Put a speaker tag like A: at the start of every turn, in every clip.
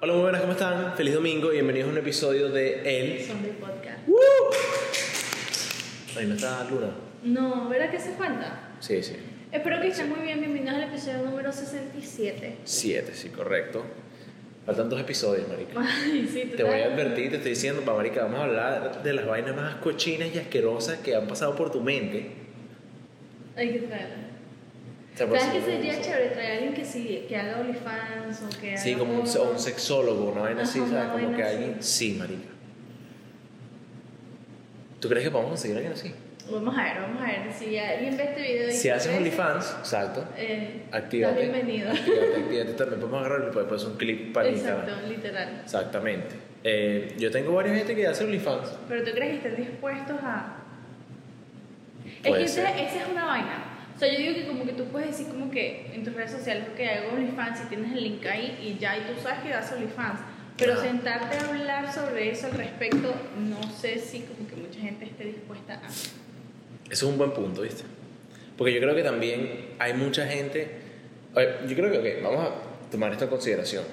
A: Hola, muy buenas, ¿cómo están? Feliz domingo y bienvenidos a un episodio de El.
B: Son del podcast.
A: ¡Woo! Ahí no está Luna.
B: No, ¿verdad que se falta?
A: Sí, sí.
B: Espero que estén muy bien. Bienvenidos al episodio número 67.
A: Siete, sí, correcto. Faltan dos episodios, Marica.
B: Ay, sí,
A: Te voy a advertir, te estoy diciendo, pa, Marica, vamos a hablar de las vainas más cochinas y asquerosas que han pasado por tu mente.
B: Hay que traerlo.
A: O sea, por
B: ¿Sabes qué
A: eso-
B: sería chévere traer a alguien que, sí, que haga OnlyFans o que haga.
A: Sí, como un,
B: porno?
A: o un sexólogo, una vaina así,
B: Ajá,
A: ¿sabes?
B: una
A: Como
B: vaina
A: que
B: así.
A: alguien. Sí, Marica. ¿Tú crees que podemos conseguir a alguien así?
B: Vamos a ver, vamos a ver. Si alguien ve este video y.
A: Si haces
B: crece,
A: OnlyFans, exacto.
B: eh,
A: Actívate.
B: Estás bienvenido.
A: Actívate, actívate. También podemos agarrarlo y podemos hacer pues, un clip para
B: Exacto,
A: Instagram.
B: literal.
A: Exactamente. Eh, yo tengo varias gente que hace OnlyFans.
B: Pero tú crees que estén dispuestos a. Es
A: Puede
B: que esa,
A: ser.
B: esa es una vaina. O sea, yo digo que como que tú puedes decir como que en tus redes sociales que hago OnlyFans y tienes el link ahí y ya y tú sabes que das OnlyFans. Pero
A: Ajá.
B: sentarte a hablar sobre eso al respecto, no sé si como que mucha gente esté dispuesta a.
A: Eso es un buen punto, ¿viste? Porque yo creo que también hay mucha gente. a ver, Yo creo que, ok, vamos a tomar esto en consideración.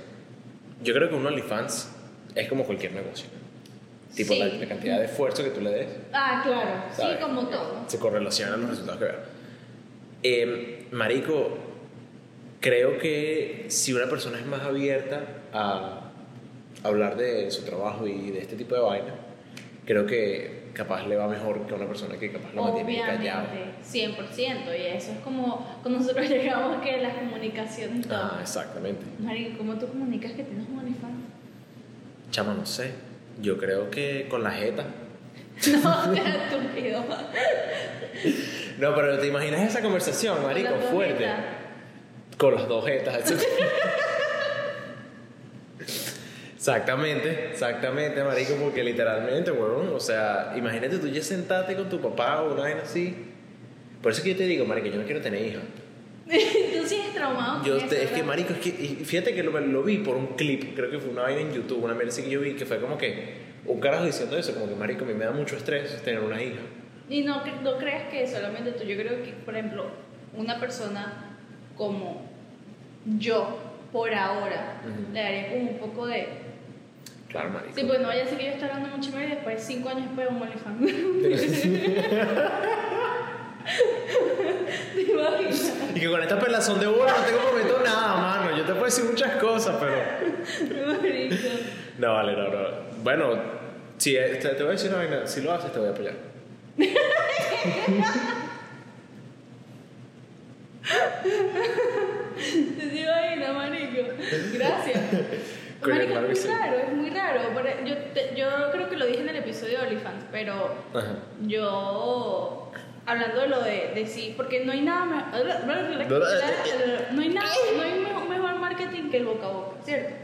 A: Yo creo que un OnlyFans es como cualquier negocio. Tipo
B: Sí.
A: la, la cantidad de esfuerzo que tú le des.
B: Ah, claro.
A: ¿sabes? Eh,
B: Sí, como todo.
A: Se correlacionan los resultados que vean. Eh, marico, creo que si una persona es más abierta a hablar de su trabajo y de este tipo de vaina, creo que capaz le va mejor que a una persona que capaz lo mantiene callado.
B: Obviamente, 100%. Y eso es como cuando nosotros llegamos que las comunicaciones y todo.
A: Ah, exactamente.
B: Marico, ¿cómo tú comunicas que tienes un OnlyFans?
A: Chama, no sé. Yo creo que con la jeta.
B: No, sea estúpido.
A: No, pero te imaginas esa conversación, marico,
B: Con las
A: fuerte.
B: gorritas.
A: Con las dos jetas. así. exactamente, exactamente, marico, porque literalmente, weón, o sea, imagínate tú ya sentarte con tu papá o una vaina así. Por eso es que yo te digo, marico, yo no quiero tener hijos.
B: Tú sí eres traumado. con
A: Yo
B: eso,
A: te- es que,
B: ¿verdad?
A: marico, es que, y fíjate que lo, lo vi por un clip, creo que fue una vaina en YouTube, una mierda así que yo vi, que fue como que un carajo diciendo eso, como que, marico, a mí me da mucho estrés tener una hija.
B: Y no, cre- no creas que solamente tú. Yo creo que, por ejemplo, una persona como yo, por ahora,
A: Ujú.
B: le daría como un poco de.
A: Claro, marico.
B: Sí, pues no vaya a ser que yo esté hablando mucho más y después, cinco años después, un OnlyFans. ¿Te imaginas?
A: Y que con esta pelazón de bola no te comprometo nada, mano. Yo te puedo decir muchas cosas, pero.
B: Marico.
A: No, vale, no, no. Bueno, si eh, te, te voy a decir una vaina, si lo haces te voy a apoyar.
B: Te imaginas, marico. Gracias.
A: Coño,
B: Marico,
A: claro que
B: es
A: sí.
B: muy raro, es muy raro. Pero Yo, te- yo creo que lo dije en el episodio de OnlyFans, pero
A: Ajá.
B: Yo, hablando de lo de, de sí, porque no hay nada mejor, no hay nada, no hay mejor, mejor marketing que el boca a boca, ¿cierto? Yo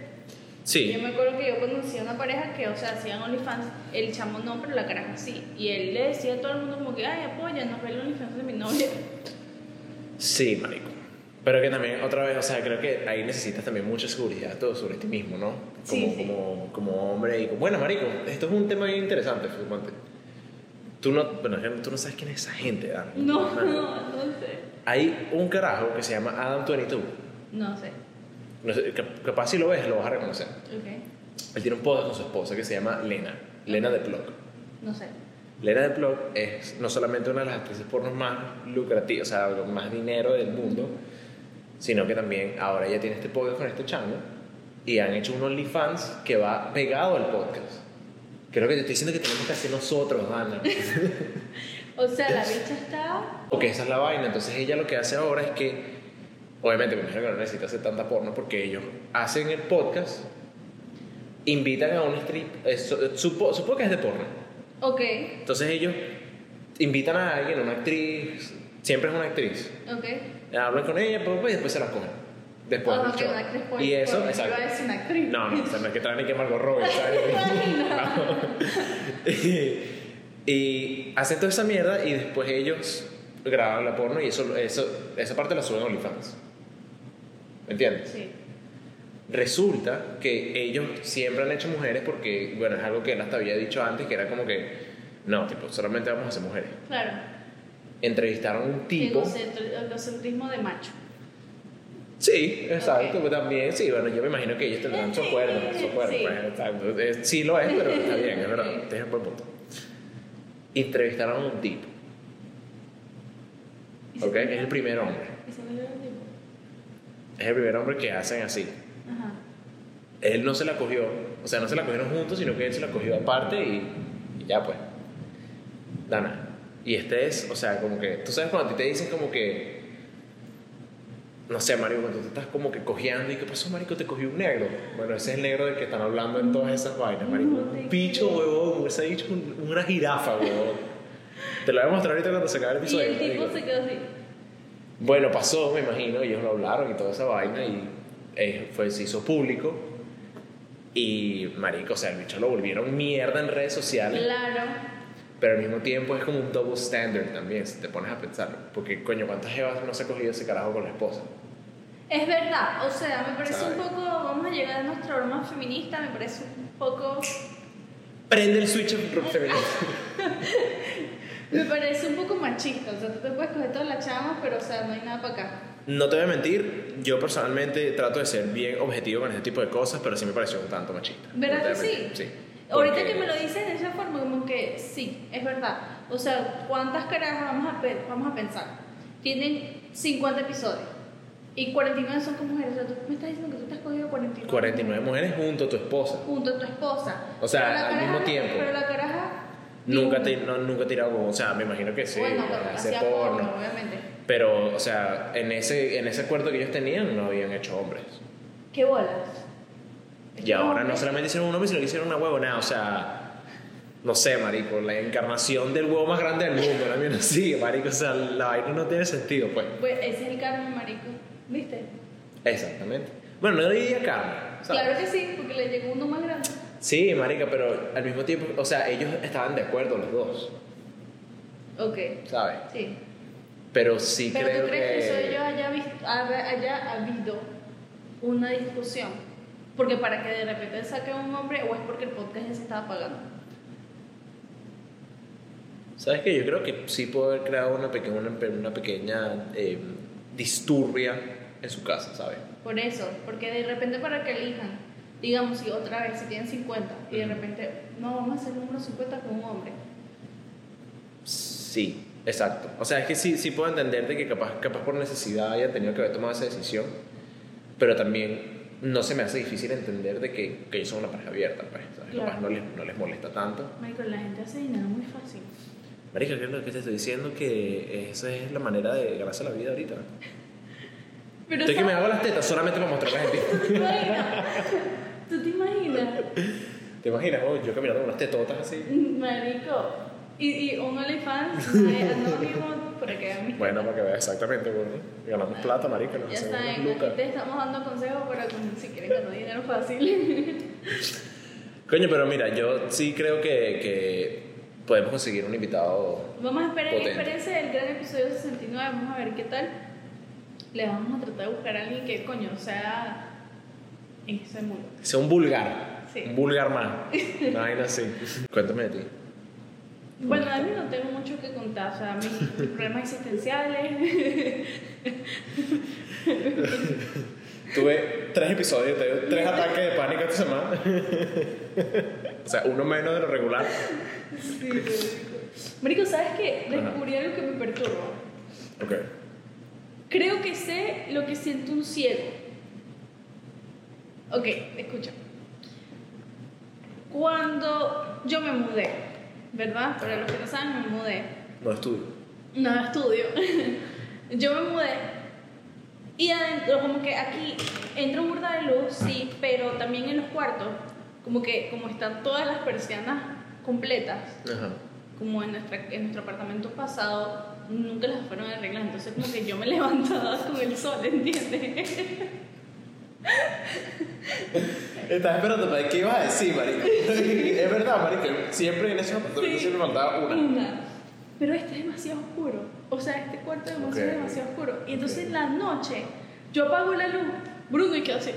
A: Sí.
B: me acuerdo que yo conocí a una pareja que, o sea, hacían OnlyFans, el chamo no, pero la caraja sí, y él le decía a todo el mundo como que, ay, apóyanos, ve el OnlyFans de mi novia.
A: Sí, marico. Pero que también, otra vez, o sea, creo que ahí necesitas también mucha seguridad todo sobre ti mismo, ¿no? Como,
B: Sí, sí.
A: Como, como hombre y como. Bueno, marico, esto es un tema bien interesante, suponte. Tú no, bueno, tú no sabes quién es esa gente, Dan.
B: No, no, no sé,
A: Hay un carajo que se llama Adam 22.
B: no sé,
A: No sé, cap- capaz si lo ves, lo vas a reconocer.
B: ok,
A: Él tiene un podcast con su esposa que se llama Lena, Lena de Plug.
B: no sé,
A: Lena de Plug es no solamente una de las actrices pornos más lucrativas, o sea, con más dinero del mundo, sino que también ahora ella tiene este podcast con este chango y han hecho un OnlyFans que va pegado al podcast. Creo que te estoy diciendo que tenemos que hacer nosotros, Ana.
B: o sea, la bicha está,
A: Porque esa es la vaina. Entonces ella lo que hace ahora es que, obviamente, me imagino que no necesita hacer tanta porno porque ellos hacen el podcast, invitan a un strip, eh, su, eh, su po- su podcast es de porno.
B: ok,
A: Entonces ellos invitan a alguien, una actriz, siempre es una actriz,
B: ok,
A: hablan con ella pues, y después se la cogen. Después
B: Ah,
A: del
B: ok,
A: show.
B: una actriz por-
A: Y eso,
B: por-
A: exacto.
B: pues, iba a decir una actriz.
A: No, no, o sea, no es que traen ni que Margot Robbie, ¿sabes? y, y hacen toda esa mierda y después ellos graban la porno y eso, eso, esa parte la suben a OnlyFans. ¿Me entiendes?
B: sí,
A: Resulta que ellos siempre han hecho mujeres porque, bueno, es algo que él hasta había dicho antes, que era como que, no, tipo, solamente vamos a hacer mujeres.
B: claro.
A: Entrevistaron a un tipo.
B: Egocentri- Egocentrismo de macho.
A: Sí, exacto, okay. también, sí, bueno, yo me imagino que ellos tendrán su acuerdo, su acuerdo, sí. Pues, exacto. Eh, sí lo es, pero está bien, es verdad, este es un buen punto. Entrevistaron a un tipo, ¿ok? Es el primer hombre. Es el primer hombre que hacen así. Ajá. Él no se la cogió, o sea, no se la cogieron juntos, sino que él se la cogió aparte y, y ya pues. Dana. Y este es, o sea, como que, tú sabes cuando a ti te dicen como que no sé, marico, cuando tú estás como que cojeando y qué pasó, marico, te cogió un negro. Bueno, ese es el negro del que están hablando en todas esas vainas, marico. No un picho, huevón, ese dicho un, una jirafa, huevón. te lo voy a mostrar ahorita cuando se acabe el episodio.
B: Y el tipo marico. se quedó así.
A: Bueno, pasó, me imagino, ellos lo hablaron y toda esa vaina y eh, fue, se hizo público. Y, marico, o sea, el bicho lo volvieron mierda en redes sociales.
B: Claro.
A: Pero al mismo tiempo es como un double standard también, si te pones a pensarlo. Porque, coño, ¿cuántas jevas no se ha cogido ese carajo con la esposa?
B: Es verdad, o sea, me parece ¿Sabe? un poco, vamos a llegar a nuestra broma feminista, me parece un poco...
A: Prende el switch feminista.
B: me parece un poco machista, o sea, tú te puedes coger todas las chamas, pero, o sea, no hay nada para acá.
A: No te voy a mentir, yo personalmente trato de ser bien objetivo con este tipo de cosas, pero sí me pareció un tanto machista.
B: ¿Verdad
A: no
B: que sí? Sí. Porque... Ahorita que me lo dices de esa forma, como que sí, es verdad. O sea, ¿cuántas carajas vamos a, vamos a pensar? Tienen 50 episodios. Y 49 son como mujeres. O sea, tú me estás diciendo que tú te has cogido 49.
A: 49 mujeres junto a tu esposa.
B: Junto a tu esposa.
A: O sea, al caraja, mismo tiempo.
B: Pero la caraja.
A: Nunca, te, no, nunca tirado con. O sea, me imagino que sí.
B: Bueno, hace porno, porno, obviamente.
A: Pero, o sea, en ese, en ese acuerdo que ellos tenían no habían hecho hombres.
B: ¿Qué bolas? ¿Este
A: Y ahora no solamente hicieron un hombre, sino que hicieron una huevonada. O sea. No sé, marico, la encarnación del huevo más grande del mundo, la mierda sí, marico, o sea, la vaina no tiene sentido, pues.
B: Pues ese es el karma, marico. ¿Viste?
A: Exactamente. Bueno, no diría karma.
B: ¿sabes? Claro que sí, porque le llegó uno más grande.
A: Sí, marica, pero al mismo tiempo, o sea, ellos estaban de acuerdo los dos.
B: Ok.
A: ¿Sabes?
B: Sí.
A: Pero sí
B: pero
A: creo
B: tú crees que... que eso yo haya, visto, haya habido una discusión. Porque para que de repente saque un hombre, o es porque el podcast ya se estaba pagando.
A: ¿Sabes qué? Yo creo que sí puedo haber creado una pequeña, una, una pequeña eh, disturbia en su casa, ¿sabes?
B: Por eso, porque de repente para que elijan, digamos, si otra vez, si tienen 50, y de repente, no, vamos a hacer el número 50 con un hombre.
A: Sí, exacto. O sea, es que sí, sí puedo entenderte que capaz, capaz por necesidad haya tenido que haber tomado esa decisión, pero también no se me hace difícil entender de que, que ellos son una pareja abierta, pues, ¿sabes? Claro. Capaz no les, no les molesta tanto.
B: Michael, la gente hace dinero muy fácil.
A: Marica, ¿qué es lo que te estoy diciendo? Que esa es la manera de ganarse la vida ahorita. Pero Estoy ¿sabes? que me hago las tetas solamente para mostrar a la gente.
B: ¿Tú te imaginas? ¿Tú te imaginas?
A: ¿Te imaginas? Oh, yo caminando con unas tetotas así.
B: Marico. Y, y un OnlyFans anónimo para que vean
A: Bueno, para que vean exactamente, bueno. Ganamos plata, marico.
B: Ya saben, aquí te estamos dando consejos para si quieren ganar dinero fácil.
A: Coño, pero mira, yo sí creo que, que podemos conseguir un invitado.
B: Vamos a esperar, espérense el gran episodio 69, vamos a ver qué tal le vamos a tratar de buscar a alguien que, coño, sea en ese mundo.
A: Sea un vulgar. Sí. Un vulgar más. Una vaina así. Cuéntame de ti.
B: Bueno, a mí no tengo mucho que contar. O sea, mis problemas existenciales.
A: Tuve tres episodios, tuve tres ataques de pánico esta semana. o sea, uno menos de lo regular.
B: Sí, Marico, ¿sabes qué? Descubrí Ajá. algo que me perturba.
A: Ok.
B: Creo que sé lo que siente un ciego. Ok, escucha. Cuando yo me mudé, ¿verdad? Para los que no saben, me mudé.
A: No estudio.
B: No estudio. yo me mudé. Y adentro, como que aquí entra un burda de luz, sí, pero también en los cuartos, como que como están todas las persianas completas,
A: Ajá.
B: como en, nuestra, en nuestro apartamento pasado, nunca las fueron de reglas, entonces como que yo me levantaba con el sol, ¿entiendes?
A: Estás esperando para qué ibas a decir, marico. es verdad, marico. Siempre en esos apartamentos sí, siempre faltaba una.
B: una. Pero este es demasiado oscuro. O sea, este cuarto de okay. es demasiado oscuro. Y entonces okay. en la noche yo apago la luz, Bruno y quedo así.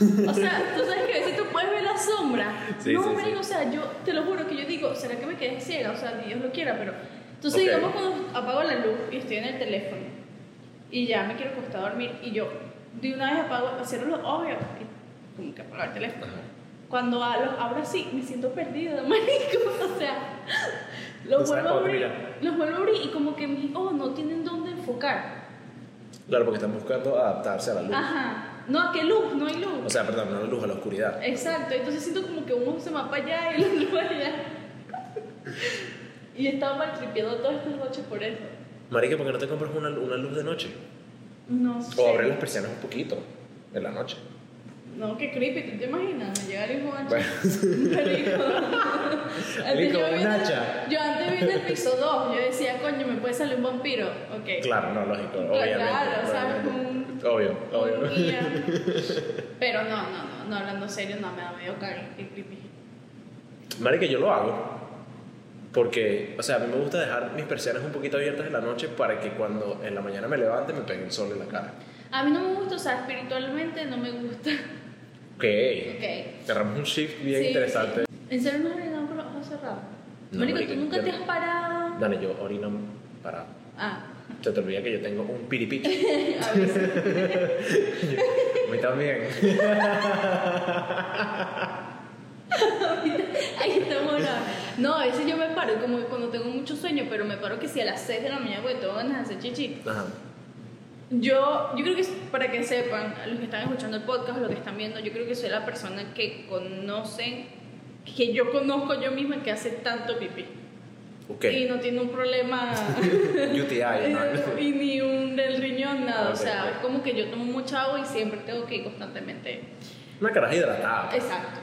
B: O sea, tú sabes que a veces tú puedes ver la sombra. Sí, no, sí, marico, o sea, yo te lo juro que yo digo, ¿será que me quedé ciega? O sea, Dios lo quiera, pero entonces, okay. digamos, cuando apago la luz y estoy en el teléfono y ya me quiero acostar a dormir y yo de una vez apago, cierro los ojos y como que apago el teléfono. Cuando a- los abro así, me siento perdida, marico. O sea, los
A: No sabes
B: vuelvo a
A: para dónde
B: abrir,
A: mirar.
B: los vuelvo a abrir y como que mis ojos no tienen dónde enfocar.
A: Claro, porque están buscando adaptarse a la luz.
B: Ajá. No, ¿a qué luz? No hay luz.
A: O sea, perdón, no a la luz, a la oscuridad.
B: Exacto, entonces siento como que uno se va para allá y el otro para allá. Y estaba maltripeando todas estas noches por eso.
A: Marica, ¿por qué no te compras una, una luz de noche?
B: No
A: O abre las
B: sé.
A: persianas un poquito en la noche.
B: No, qué creepy, ¿tú te imaginas? Me llega el hijo ancho.
A: Bueno.
B: Marico. Antes
A: Marico,
B: yo
A: un
B: viendo-
A: hacha.
B: Yo antes viendo el piso 2, yo decía, coño, me puede salir un vampiro. Ok.
A: Claro, no, lógico,
B: Eh, Claro,
A: obviamente.
B: o sea,
A: obviamente. Obvio,
B: Un
A: obvio.
B: guía. Pero no, no, no, no, hablando serio, no, me da medio cague, qué creepy.
A: Marica, yo lo hago. Porque, o sea, a mí me gusta dejar mis persianas un poquito abiertas en la noche para que cuando en la mañana me levante me pegue el sol en la cara.
B: A mí no me gusta, o sea, espiritualmente no me gusta.
A: Ok.
B: Ok.
A: Cerramos un shift bien
B: Sí,
A: interesante.
B: sí. ¿En serio no has orinado con los ojos cerrados?
A: No,
B: Marico,
A: marica,
B: tú nunca
A: yo-
B: te has parado.
A: Dale, yo orino para.
B: Ah,
A: Se te olvida que yo tengo un piripicho.
B: a veces.
A: A mí también.
B: Ahí estamos ahora. No, a veces yo me paro, como cuando tengo mucho sueño, pero me paro que si a las 6 de la mañana, güey, tengo ganas de hacer chichi.
A: Ajá.
B: Yo, yo creo que es- para que sepan, a los que están escuchando el podcast, los que están viendo, yo creo que soy la persona que conocen, que yo conozco yo misma que hace tanto pipí.
A: Ok.
B: Y no tiene un problema.
A: UTI, ¿no?
B: y ni un del riñón, nada. O
A: Ok,
B: sea,
A: ok.
B: es como que yo tomo mucha agua y siempre tengo que ir constantemente.
A: Una caraja hidratada.
B: Exacto.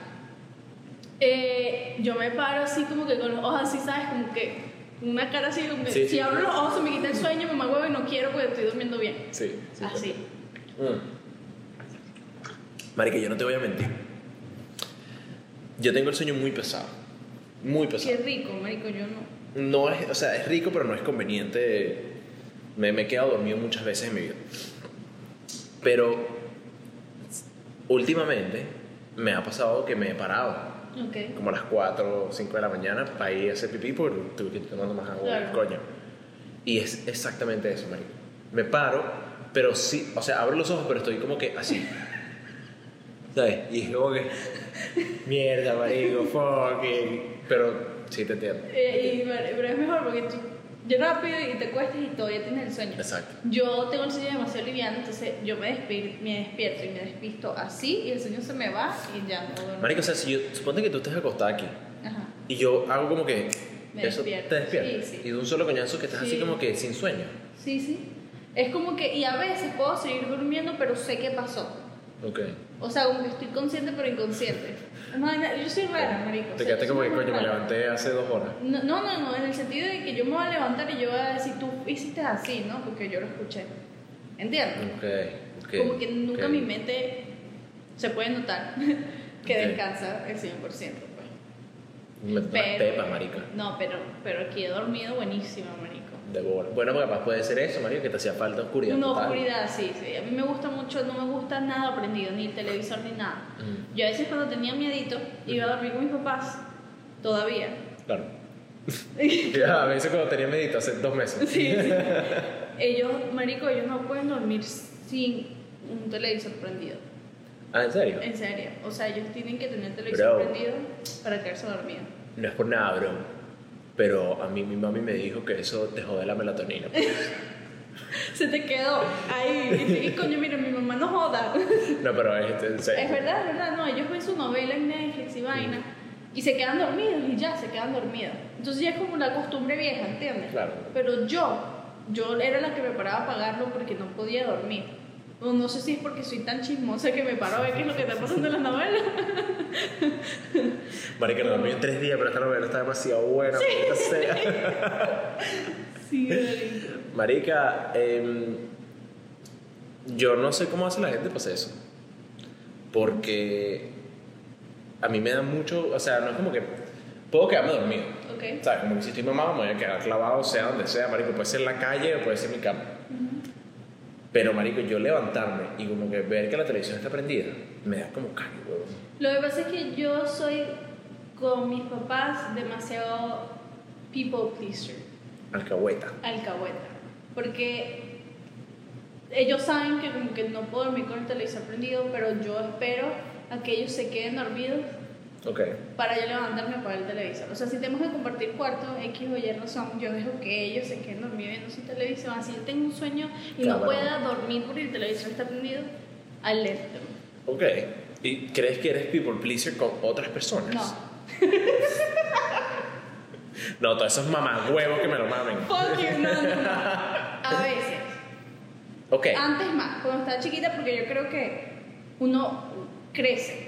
B: Eh, yo me paro así como que con los ojos así, ¿sabes? Como que una cara así, como que
A: Sí,
B: si
A: sí.
B: abro los ojos se me quita el sueño, me huevo y no quiero porque estoy durmiendo bien.
A: Sí. sí
B: así.
A: Mm. Marica, yo no te voy a mentir. Yo tengo el sueño muy pesado. Muy
B: Qué
A: pesado.
B: rico, marico, yo no.
A: No es, o sea, es rico, pero no es conveniente. Me, me he quedado dormido muchas veces en mi vida. Pero últimamente me ha pasado que me he parado
B: Ok.
A: como a las 4 o 5 de la mañana para ir a hacer pipí porque tuve que ir tomando más agua,
B: Claro.
A: coño. Y es exactamente eso, marico. Me paro, pero sí, o sea, abro los ojos, pero estoy como que así. ¿Sabes? Y es como que. Mierda, marico, fucking. Pero sí te entiendo.
B: Eh, y- pero es mejor porque tú, yo rápido y te cuestas y todavía tienes el sueño.
A: Exacto.
B: Yo tengo el sueño demasiado liviano, entonces yo me, despir- me despierto y me despisto así y el sueño se me va y ya no duermo.
A: Marico, o sea, si yo. Suponte que tú estás acostada aquí
B: Ajá.
A: y yo hago como que.
B: Me
A: eso,
B: despierto.
A: Te despiertas.
B: Sí, sí.
A: Y de un solo coñazo que estás así
B: Sí.
A: como que sin sueño.
B: Sí, sí. Es como que, y a veces puedo seguir durmiendo, pero sé qué pasó.
A: Ok.
B: O sea, como que estoy consciente, pero inconsciente. No, no, yo soy rara, marico. o
A: Te
B: sea,
A: quedaste
B: yo
A: como
B: soy
A: que,
B: muy
A: coño, me
B: rara.
A: levanté hace dos horas.
B: No, no, no, no, en el sentido de que yo me voy a levantar y yo voy a decir, tú hiciste así, ¿no? Porque yo lo escuché. ¿Entiendes?
A: Ok, ok.
B: como que nunca
A: ok.
B: mi mente se puede notar que
A: Ok.
B: descansa el 100%. Pues.
A: Me tomo unas
B: Pero-
A: pepas, marica.
B: No, pero, pero aquí he dormido buenísimo, marico.
A: De bola. Bueno, porque capaz puede ser eso, marico, que te hacía falta oscuridad.
B: No,
A: total.
B: oscuridad, sí, sí. A mí me gusta mucho, no me gusta nada prendido, ni el televisor ni nada.
A: Mm,
B: Yo a veces cuando tenía miedito iba a dormir con mis papás, todavía.
A: Claro. Ya, a veces cuando tenía medito hace dos meses.
B: Sí, sí. Ellos, marico, ellos no pueden dormir sin un televisor prendido.
A: Ah, ¿en serio?
B: En serio. O sea, ellos tienen que tener el televisor
A: Bravo.
B: prendido para quedarse dormidos.
A: No es por nada, bro. Pero a mí mi mami me dijo que eso te jode la melatonina.
B: Se te quedó ahí. Y, te- y coño, mira, mi mamá no joda.
A: No, pero es, en serio.
B: Es verdad, es verdad, no, ellos ven su novela en Netflix y vaina y se quedan dormidos y ya, se quedan dormidos. Entonces ya es como una costumbre vieja, ¿entiendes?
A: Claro.
B: Pero yo, yo era la que me paraba a pagarlo porque no podía dormir. No, no sé si es porque soy tan chismosa que me paro a ver qué es lo que está pasando en las novelas.
A: Marica, no dormí en tres días, pero esta novela está demasiado buena. maldita sea.
B: Sí, marico.
A: Marica, em, yo no sé cómo hace la gente para hacer eso. Porque a mí me da mucho. O sea, no es como que. Puedo quedarme dormido.
B: Ok.
A: ¿Sabes? Como que si estoy mamado, me voy a quedar clavado, sea donde sea, marico. Puede ser en la calle o puede ser en mi cama. Pero, marico, yo levantarme y como que ver que la televisión está prendida, me da como caño, huevón.
B: Lo que pasa es que yo soy con mis papás demasiado people pleaser.
A: Alcahueta.
B: alcahueta. Porque ellos saben que como que no puedo dormir con el televisor prendido, pero yo espero a que ellos se queden dormidos
A: Ok.
B: para yo levantarme para el televisor. O sea, si tenemos que compartir cuarto, X o Y razón, yo dejo que ellos se queden dormidos viendo su televisión. Así yo tengo un sueño y
A: Claro.
B: no pueda dormir porque el televisor está prendido, alerta.
A: Ok. ¿Y crees que eres people pleaser con otras personas?
B: No.
A: No, todos esos mamagüevos que me lo mamen.
B: Fuck you, no, no, no. A veces.
A: Ok.
B: Antes más, cuando estaba chiquita, porque yo creo que uno crece,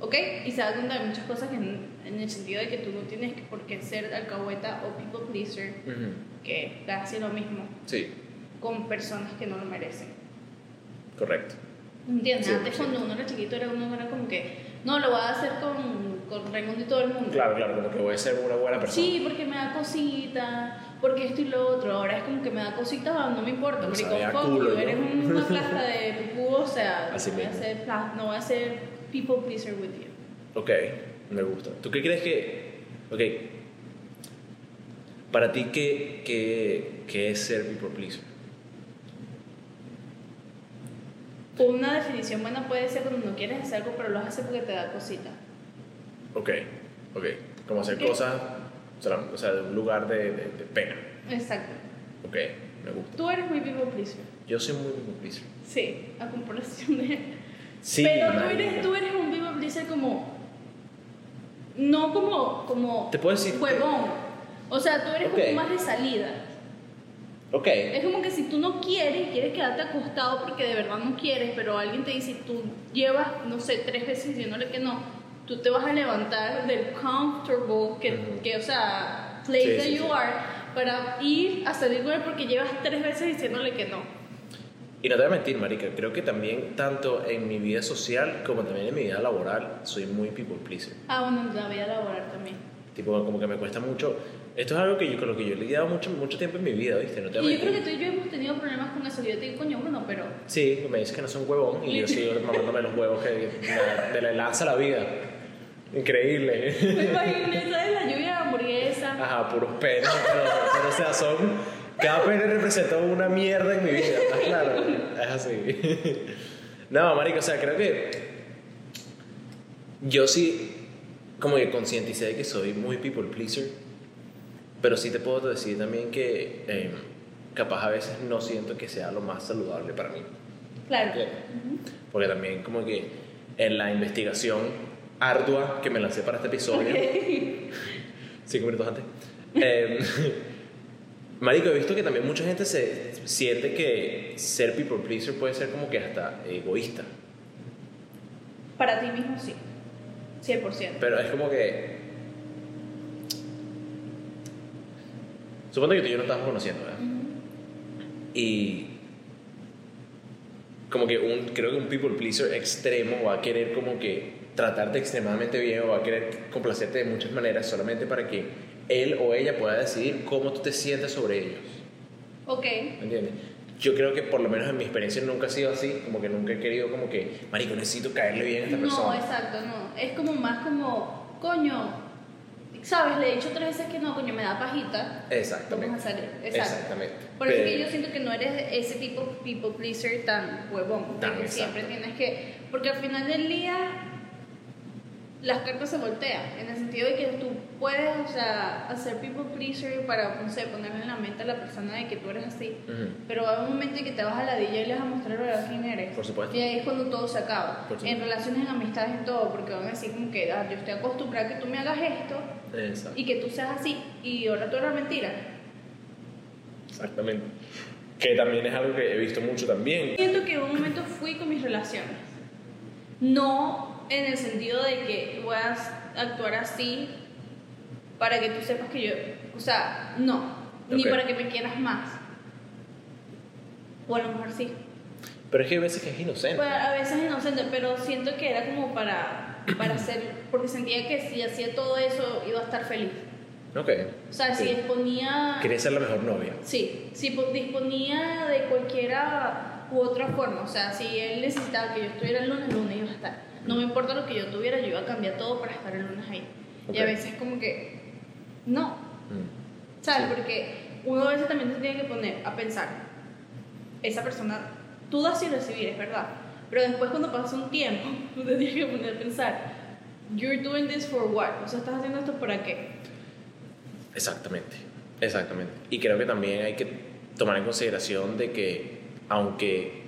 B: ¿ok? Y se da cuenta de muchas cosas que en, en el sentido de que tú no tienes que- por qué ser alcahueta o people pleaser,
A: Ujú.
B: que casi lo mismo
A: Sí,
B: con personas que no lo merecen.
A: correcto.
B: ¿Entiendes?
A: Sí,
B: Antes
A: sí.
B: cuando uno era chiquito era uno era como que, no, lo voy a hacer con, con Raimundo y todo el mundo.
A: Claro, claro, como que voy a ser una buena persona.
B: Sí, porque me da cosita, porque esto y lo otro. Ahora es como que me da cosita, no me importa.
A: Me
B: Porque
A: sabe a
B: con
A: culo,
B: fuck
A: ¿no?
B: you, eres una plasta de pupú, o sea,
A: Así
B: no, voy a
A: mismo.
B: ser pla- no voy a ser people pleaser with you.
A: Ok, me gusta. ¿Tú qué crees que... Ok. Para ti, ¿qué, qué, qué es ser people pleaser?
B: Una definición buena puede ser cuando no quieres hacer algo, pero lo haces porque te da cosita.
A: Ok, ok. Como hacer
B: Ok.
A: cosas, o sea, o sea, de un lugar de, de- de pena.
B: Exacto.
A: Ok, me gusta.
B: Tú eres muy people pleaser.
A: Yo soy muy people pleaser.
B: Sí, a comparación de...
A: Sí,
B: pero tú
A: marica.
B: eres, tú eres un people pleaser como... No como... como
A: Te puedo decir que-
B: Huevón. O sea, tú eres
A: Ok.
B: como más de salida.
A: Ok,
B: Es como que si tú no quieres, quieres quedarte acostado porque de verdad no quieres, pero alguien te dice, tú llevas, no sé, tres veces diciéndole que no, tú te vas a levantar del comfortable, que,
A: Ujú.
B: que, o sea, place
A: Sí,
B: that
A: sí,
B: you
A: sí.
B: are, para ir a salir con él porque llevas tres veces diciéndole que no.
A: Y no te voy a mentir, marica, creo que también tanto en mi vida social como también en mi vida laboral soy muy people pleaser.
B: Ah, bueno, en la vida laboral también.
A: Tipo, como que me cuesta mucho. Esto es algo que yo, con lo que yo he lidiado mucho, mucho tiempo en mi vida, ¿viste? No te voy
B: Y
A: a
B: yo creo que
A: mentir.
B: tú y yo hemos tenido problemas con eso. Yo te digo, coño, Bruno, pero
A: Sí, me dices que no soy un huevón y yo sigo mamándome los huevos que de- de la lanza la vida. Increíble.
B: me imaginé, ¿sabes? La lluvia pues, de hamburguesa.
A: Ajá, puros penes. Pero, pero, o sea, son. Cada pene representa una mierda en mi vida, ¿estás claro? Es así. No, marico, o sea, creo que. Yo sí, como que concienticé de que soy muy people pleaser. Pero sí te puedo decir también que. eh, capaz a veces no siento que sea lo más saludable para mí.
B: Claro.
A: ¿entiendes? Porque también, como que. En la investigación ardua que me lancé para este episodio cinco minutos antes. Em, marico, he visto que también mucha gente se siente que ser people pleaser puede ser como que hasta egoísta.
B: Para ti mismo sí. 100%.
A: Pero es como que. Supongo que tú y yo nos estamos conociendo, ¿verdad?
B: Ujú.
A: Y. Como que un. Creo que un people pleaser extremo va a querer como que tratarte extremadamente bien o va a querer complacerte de muchas maneras solamente para que él o ella pueda decidir cómo tú te sientes sobre ellos.
B: Ok.
A: ¿Me entiendes? Yo creo que por lo menos en mi experiencia nunca ha sido así, como que nunca he querido como que, marico, necesito caerle bien a esta
B: No,
A: persona.
B: exacto, no. Es como más como, coño, ¿sabes? Le he dicho tres veces que no, coño, me da pajita.
A: Exactamente.
B: Vamos a salir. Exacto.
A: Exactamente.
B: Por eso es que
A: Pero-
B: yo siento que no eres ese tipo people pleaser tan huevón.
A: Tan,
B: de que
A: exacto.
B: siempre tienes que. Porque al final del día, las cartas se voltean. En el sentido de que tú puedes, o sea, hacer people pleaser para, no sé, ponerle en la mente a la persona de que tú eres así.
A: Ujú.
B: Pero va a haber un momento en que te vas a la DJ y les vas a mostrar a quién eres.
A: Por supuesto.
B: Y ahí es cuando todo se acaba.
A: Por supuesto.
B: En relaciones, en amistades, en todo. Porque van a decir como que "Ah, yo estoy acostumbrada a que tú me hagas esto
A: Exacto.
B: y que tú seas así. Y ahora tú eres mentira.
A: Exactamente. Que también es algo que he visto mucho también.
B: Siento que en un momento fui con mis relaciones. No en el sentido de que voy a actuar así para que tú sepas que yo... O sea, no. Ni
A: Ok.
B: para que me quieras más. O a lo mejor sí.
A: Pero es que hay veces que es inocente.
B: Bueno, Pues, a veces inocente, pero siento que era como para, para hacer, porque sentía que si hacía todo eso iba a estar feliz.
A: Ok.
B: O sea, si
A: Sí.
B: disponía,
A: Quería ser la mejor novia.
B: sí, si po- disponía de cualquiera u otra forma, o sea, si él necesitaba que yo estuviera el lunes, el lunes iba a estar. No me importa lo que yo tuviera, yo iba a cambiar todo para estar el lunes ahí. Y a
A: Ok.
B: veces como que, no,
A: Mm.
B: ¿sabes?
A: Sí.
B: Porque uno a veces también se tiene que poner a pensar, esa persona tú das y recibir, es verdad. Pero después cuando pasa un tiempo, tú te tienes que poner a pensar, you're doing this for what? O sea, estás haciendo esto para qué?
A: Exactamente, exactamente. Y creo que también hay que tomar en consideración de que, aunque...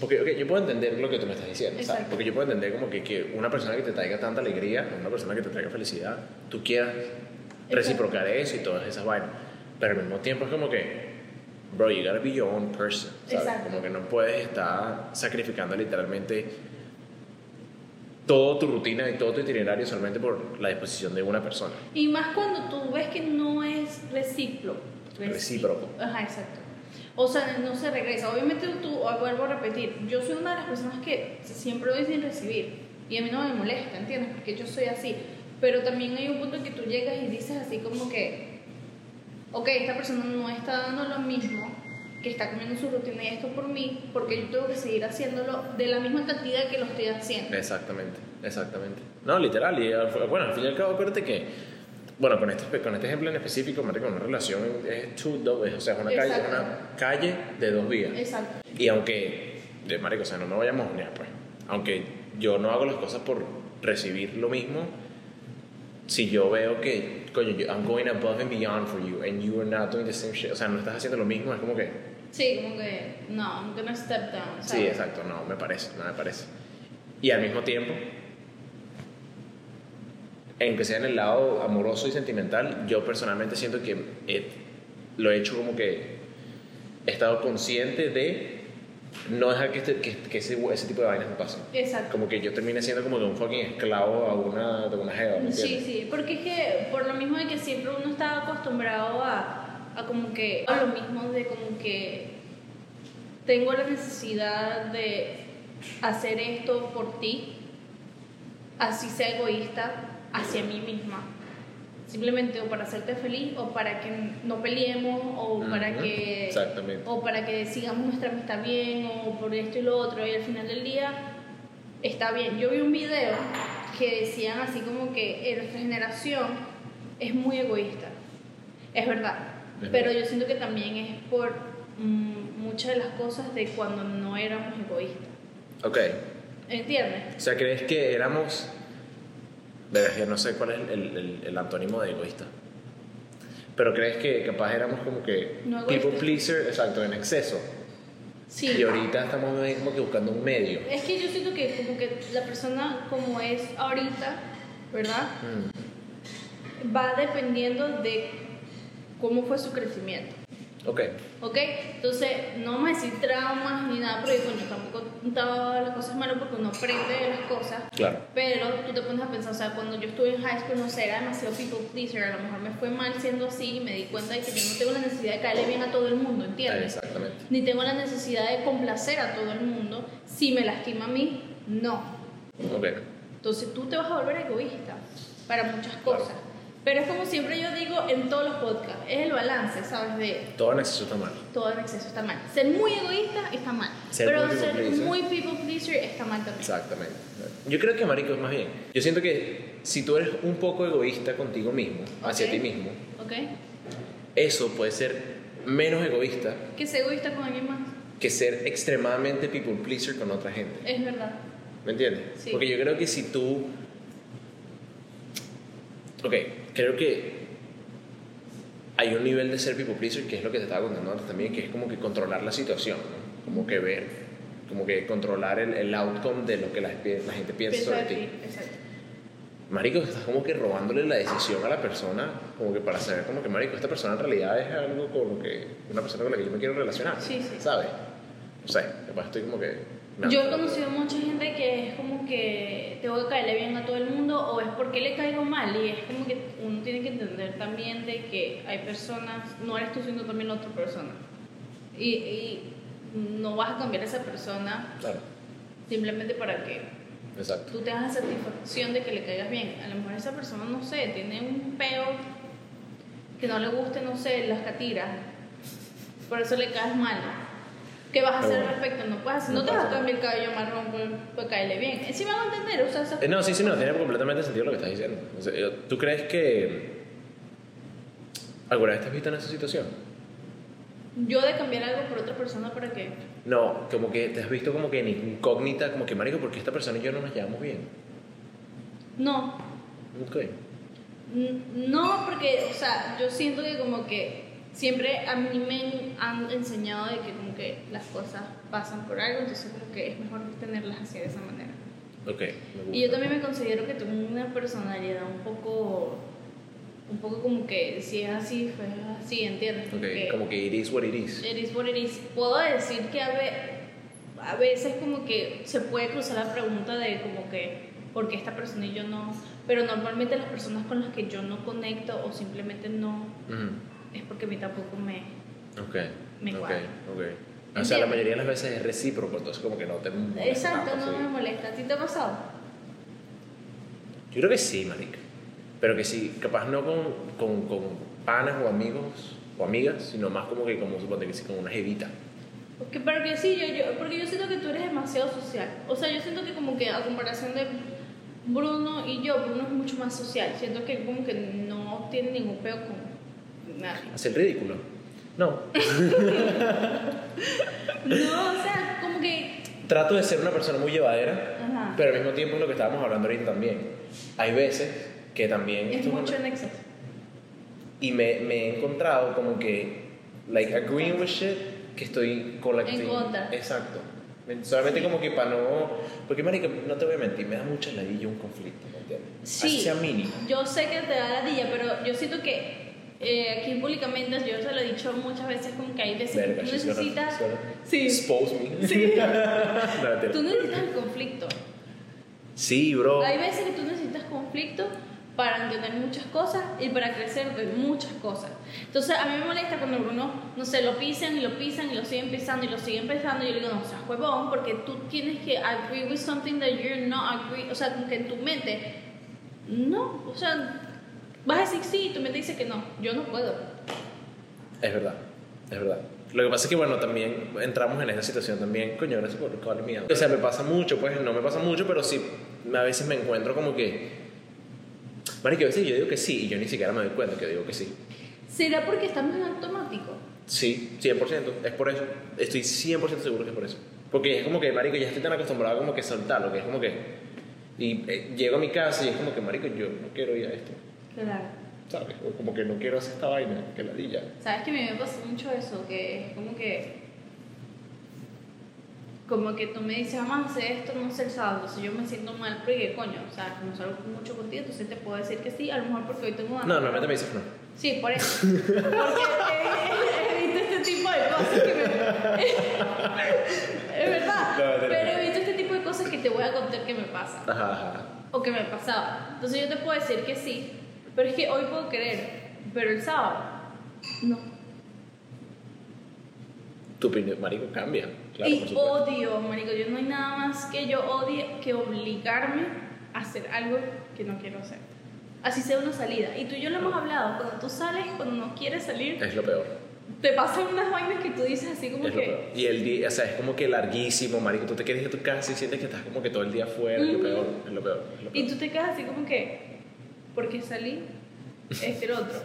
A: Porque ok, yo puedo entender lo que tú me estás diciendo, ¿sabes?
B: Exacto.
A: Porque yo puedo entender como que, que una persona que te traiga tanta alegría, una persona que te traiga felicidad, tú quieras reciprocar eso y todas esas vainas. Pero al mismo tiempo es como que, bro, you gotta be your own person, ¿sabes?
B: Exacto.
A: Como que no puedes estar sacrificando literalmente toda tu rutina y todo tu itinerario solamente por la disposición de una persona.
B: Y más cuando tú ves que no es recíproco.
A: Recíproco.
B: Ajá, exacto. O sea, no se regresa. Obviamente tú, o vuelvo a repetir, yo soy una de las personas que siempre doy sin recibir. Y a mí no me molesta, ¿entiendes? Porque yo soy así. Pero también hay un punto en que tú llegas y dices así como que, ok, esta persona no está dando lo mismo, que está comiendo su rutina y esto por mí, porque yo tengo que seguir haciéndolo de la misma cantidad que lo estoy haciendo.
A: Exactamente, exactamente. No, literal, y al- bueno, al fin y al cabo, acuérdate que, bueno, con este, con este ejemplo en específico, marico, una relación es two dos, o sea, es una calle, es
B: Exacto.
A: una calle de dos vías.
B: Exacto.
A: Y aunque, de marico, o sea, no me voy a mojonear, pues. Aunque yo no hago las cosas por recibir lo mismo, si yo veo que, coño, yo- I'm going above and beyond for you, and you are not doing the same shit, o sea, no estás haciendo lo mismo, es como que,
B: Sí, como que, no, I'm gonna step down. ¿sabes?
A: sí, exacto, no, me parece, no me parece. Y al mismo tiempo, en que sea en el lado amoroso y sentimental, yo personalmente siento que eh, lo he hecho como que he estado consciente de no dejar que, este- que- que ese, ese tipo de vainas me pasen.
B: Exacto.
A: Como que yo termine siendo como de un fucking esclavo a una, de una jeva, ¿me
B: Sí,
A: entiendes?
B: sí, porque es que por lo mismo de que siempre uno está acostumbrado a, a como que, a lo mismo de como que tengo la necesidad de hacer esto por ti, así sea egoísta hacia mí misma. Simplemente o para hacerte feliz o para que no peleemos o para
A: Ujú,
B: que
A: Exactamente.
B: o para que sigamos nuestra amistad bien, o por esto y lo otro, y al final del día está bien. Yo vi un video que decían así como que eh, nuestra generación es muy egoísta. Es verdad,
A: Es
B: pero
A: verdad.
B: yo siento que también es por mm, muchas de las cosas de cuando no éramos egoístas.
A: Ok,
B: ¿Entiendes?
A: o sea, ¿crees que éramos... De verdad, yo no sé cuál es el, el- el antónimo de egoísta. Pero crees que capaz éramos como que
B: No egoístas.
A: people pleaser, exacto, en exceso.
B: Sí.
A: Y ahorita estamos ahí como que buscando un medio.
B: Es que yo siento que como que la persona como es ahorita, ¿verdad?
A: Mm.
B: Va dependiendo de cómo fue su crecimiento.
A: Ok,
B: ¿Ok? Entonces, no vamos a decir traumas ni nada, porque coño, tampoco contaba las cosas malas porque uno aprende de las cosas.
A: claro.
B: Pero tú te pones a pensar, o sea, cuando yo estuve en high school, no sé, era demasiado people pleaser. A lo mejor me fue mal siendo así y me di cuenta de que yo no tengo la necesidad de caerle bien a todo el mundo, ¿entiendes?
A: Exactamente.
B: Ni tengo la necesidad de complacer a todo el mundo. Si me lastima a mí, no.
A: Ok,
B: Entonces tú te vas a volver egoísta para muchas
A: Claro.
B: cosas. Pero es como siempre yo digo en todos los podcasts, es el balance, ¿sabes? De
A: todo en exceso está mal.
B: todo en exceso está mal. Ser muy egoísta está mal.
A: Ser
B: pero
A: muy people
B: ser
A: pleaser.
B: muy people pleaser está mal también.
A: Exactamente. Yo creo que marico es más bien. Yo siento que si tú eres un poco egoísta contigo mismo, hacia
B: Ok.
A: ti mismo,
B: ¿Ok?
A: eso puede ser menos egoísta
B: Que ser egoísta con alguien más.
A: que ser extremadamente people pleaser con otra gente.
B: Es verdad.
A: ¿Me entiendes?
B: Sí.
A: Porque yo creo que si tú... Ok, creo que hay un nivel de ser people pleaser que es lo que te estaba contando antes también, que es como que controlar la situación, ¿no? como que ver, como que controlar el, el outcome de lo que la, la gente piensa
B: Pienso
A: sobre
B: de
A: ti.
B: ti. Exacto.
A: Marico, estás como que robándole la decisión a la persona, como que para saber, como que Marico, esta persona en realidad es algo como que una persona con la que yo me quiero relacionar.
B: Sí, sí.
A: ¿Sabes? O sea, capaz estoy como que.
B: Yo he conocido mucha gente que es como que tengo que caerle bien a todo el mundo o es porque le caigo mal y es como que uno tiene que entender también de que hay personas, no eres tú sino también la otra persona. Y, y no vas a cambiar a esa persona
A: Claro,
B: simplemente para que
A: exacto.
B: tú te das la satisfacción de que le caigas bien. A lo mejor esa persona, no sé, tiene un peo que no le guste, no sé, las catiras. Por eso le caes mal. ¿Qué vas a
A: Pero
B: hacer al
A: bueno,
B: respecto? No puedes, no,
A: no
B: te vas a
A: pasa nada.
B: cambiar el cabello marrón por- por caerle bien. Eh, Sí me van a entender, o sea, eso-
A: Eh, No, sí, sí, no, tiene completamente sentido lo que estás diciendo. O sea, eh, ¿Tú crees que alguna vez te has visto en esa situación?
B: yo de cambiar algo por otra persona para que.
A: No, como que te has visto como que en incógnita, como que, marico, porque esta persona y yo no nos llevamos bien.
B: No,
A: Ok.
B: n- no, porque, o sea, yo siento que como que siempre a mí me en- han enseñado de que como que las cosas pasan por algo, entonces como que es mejor tenerlas así de esa manera.
A: Ok. me gusta.
B: Y yo también me considero que tengo una personalidad un poco. Un poco como que si es así, fue así, ¿entiendes? Como
A: Ok,
B: que-
A: como que it is what it is.
B: It is what it is. Puedo decir que a, ve- a veces como que se puede cruzar la pregunta de como que por qué esta persona y yo no, pero normalmente las personas con las que yo no conecto o simplemente no
A: Ujú.
B: es porque a mí tampoco me
A: Ok.
B: Me
A: ok,
B: cuadra.
A: ok. O sea, la
B: Entiendo.
A: mayoría de las veces es recíproco, entonces como que no te molesta
B: Exacto,
A: tanto,
B: no
A: sí.
B: me molesta. ¿A ti te ha pasado?
A: Yo creo que sí, marica. Pero que sí, capaz no con, con, con panas o amigos o amigas, sino más como que como suponte que sí, como una jevita.
B: Porque, pero que sí, yo, yo- porque yo siento que tú eres demasiado social. O sea, yo siento que como que a comparación de Bruno y yo, Bruno es mucho más social. Siento que como que no tiene ningún peo con nadie.
A: Hace el ridículo. No.
B: No, o sea, como que...
A: Trato de ser una persona muy llevadera,
B: Ajá.
A: pero al mismo tiempo es lo que estábamos hablando ahorita también. Hay veces que también...
B: Es
A: esto es
B: mucho
A: una-
B: en exceso.
A: Y me, me he encontrado como que, like, agreeing with shit, que estoy con la que
B: En
A: estoy-
B: contra.
A: Exacto. Me- Solamente como que para no. Porque, marica, no te voy a mentir, me da mucha ladilla un conflicto, ¿me entiendes?
B: Sí.
A: Así sea mínimo.
B: Yo sé que te da ladilla, pero yo siento que eh, aquí públicamente, yo se lo he dicho muchas veces, como que hay veces
A: Verga,
B: que tú
A: she's gonna-
B: necesitas.
A: she's gonna
B: Sí.
A: Expose me.
B: Sí.
A: No, mentira.
B: Tú necesitas el conflicto.
A: Sí, bro.
B: Hay veces que tú necesitas conflicto para entender muchas cosas y para crecer de muchas cosas. Entonces, a mí me molesta cuando Bruno, no sé, lo pisan y lo pisan y lo siguen pisando y lo siguen pisando. Y yo le digo, no, seas huevón, porque tú tienes que agree with something that you're not agree. O sea, como que en tu mente, no, o sea, vas a decir sí y tu mente dice que no, yo no puedo.
A: Es verdad, es verdad. Lo que pasa es que, bueno, también entramos en esa situación también, coño, gracias por coger mi agua. O sea, me pasa mucho, pues, no me pasa mucho, pero sí, a veces me encuentro como que... Marico, a veces yo digo que sí y yo ni siquiera me doy cuenta que digo que sí.
B: ¿Será porque estamos en automático?
A: Sí, 100%, es por eso. Estoy 100% seguro que es por eso. Porque es como que, marico, ya estoy tan acostumbrado como que a soltarlo, que es como que... Y eh, llego a mi casa y es como que, marico, yo no quiero ir a esto,
B: Claro.
A: ¿sabes? O como que no quiero hacer esta vaina, que la dilla.
B: Sabes que a mí me pasó mucho eso, que es como que. Como que tú me dices, vamos a hacer esto, no sé el sábado. Entonces yo me siento mal porque, coño, o sea, como salgo mucho contigo, entonces te puedo decir que sí, a lo mejor porque hoy tengo
A: No, normalmente me dices no.
B: Sí, por eso. Porque he, he- he visto este tipo de cosas que me. es verdad.
A: No, no, no.
B: Pero he visto este tipo de cosas que te voy a contar que me pasa
A: Ajá, ajá.
B: o que me pasaba. Entonces yo te puedo decir que sí, pero es que hoy puedo querer, pero el sábado no.
A: tu opinión, marico, cambia. Claro, por
B: y
A: supuesto.
B: odio, marico, yo no hay nada más que yo odie que obligarme a hacer algo que no quiero hacer. Así sea una salida. Y tú y yo lo hemos hablado, cuando tú sales, cuando no quieres salir,
A: Es lo peor.
B: te pasan unas vainas que tú dices así
A: Eh.
B: como
A: Es lo
B: que...
A: peor. Y el día, o sea, es como que larguísimo, marico. Tú te quedas en tu casa y sientes que estás como que todo el día afuera. Es lo
B: Ujú.
A: peor, es lo peor. es lo peor.
B: Y tú te quedas así como que, porque salí, este el otro.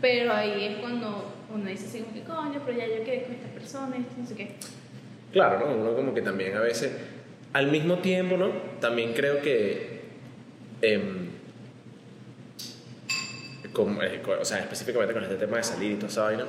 B: Pero ahí es cuando uno dice así como que, coño, pero ya yo quedé con esta persona, esto, no sé qué.
A: Claro, ¿no? Uno como que también a veces, al mismo tiempo, ¿no? También creo que, em, con- eh, con- o sea, específicamente con este tema de salir y toda esa vaina,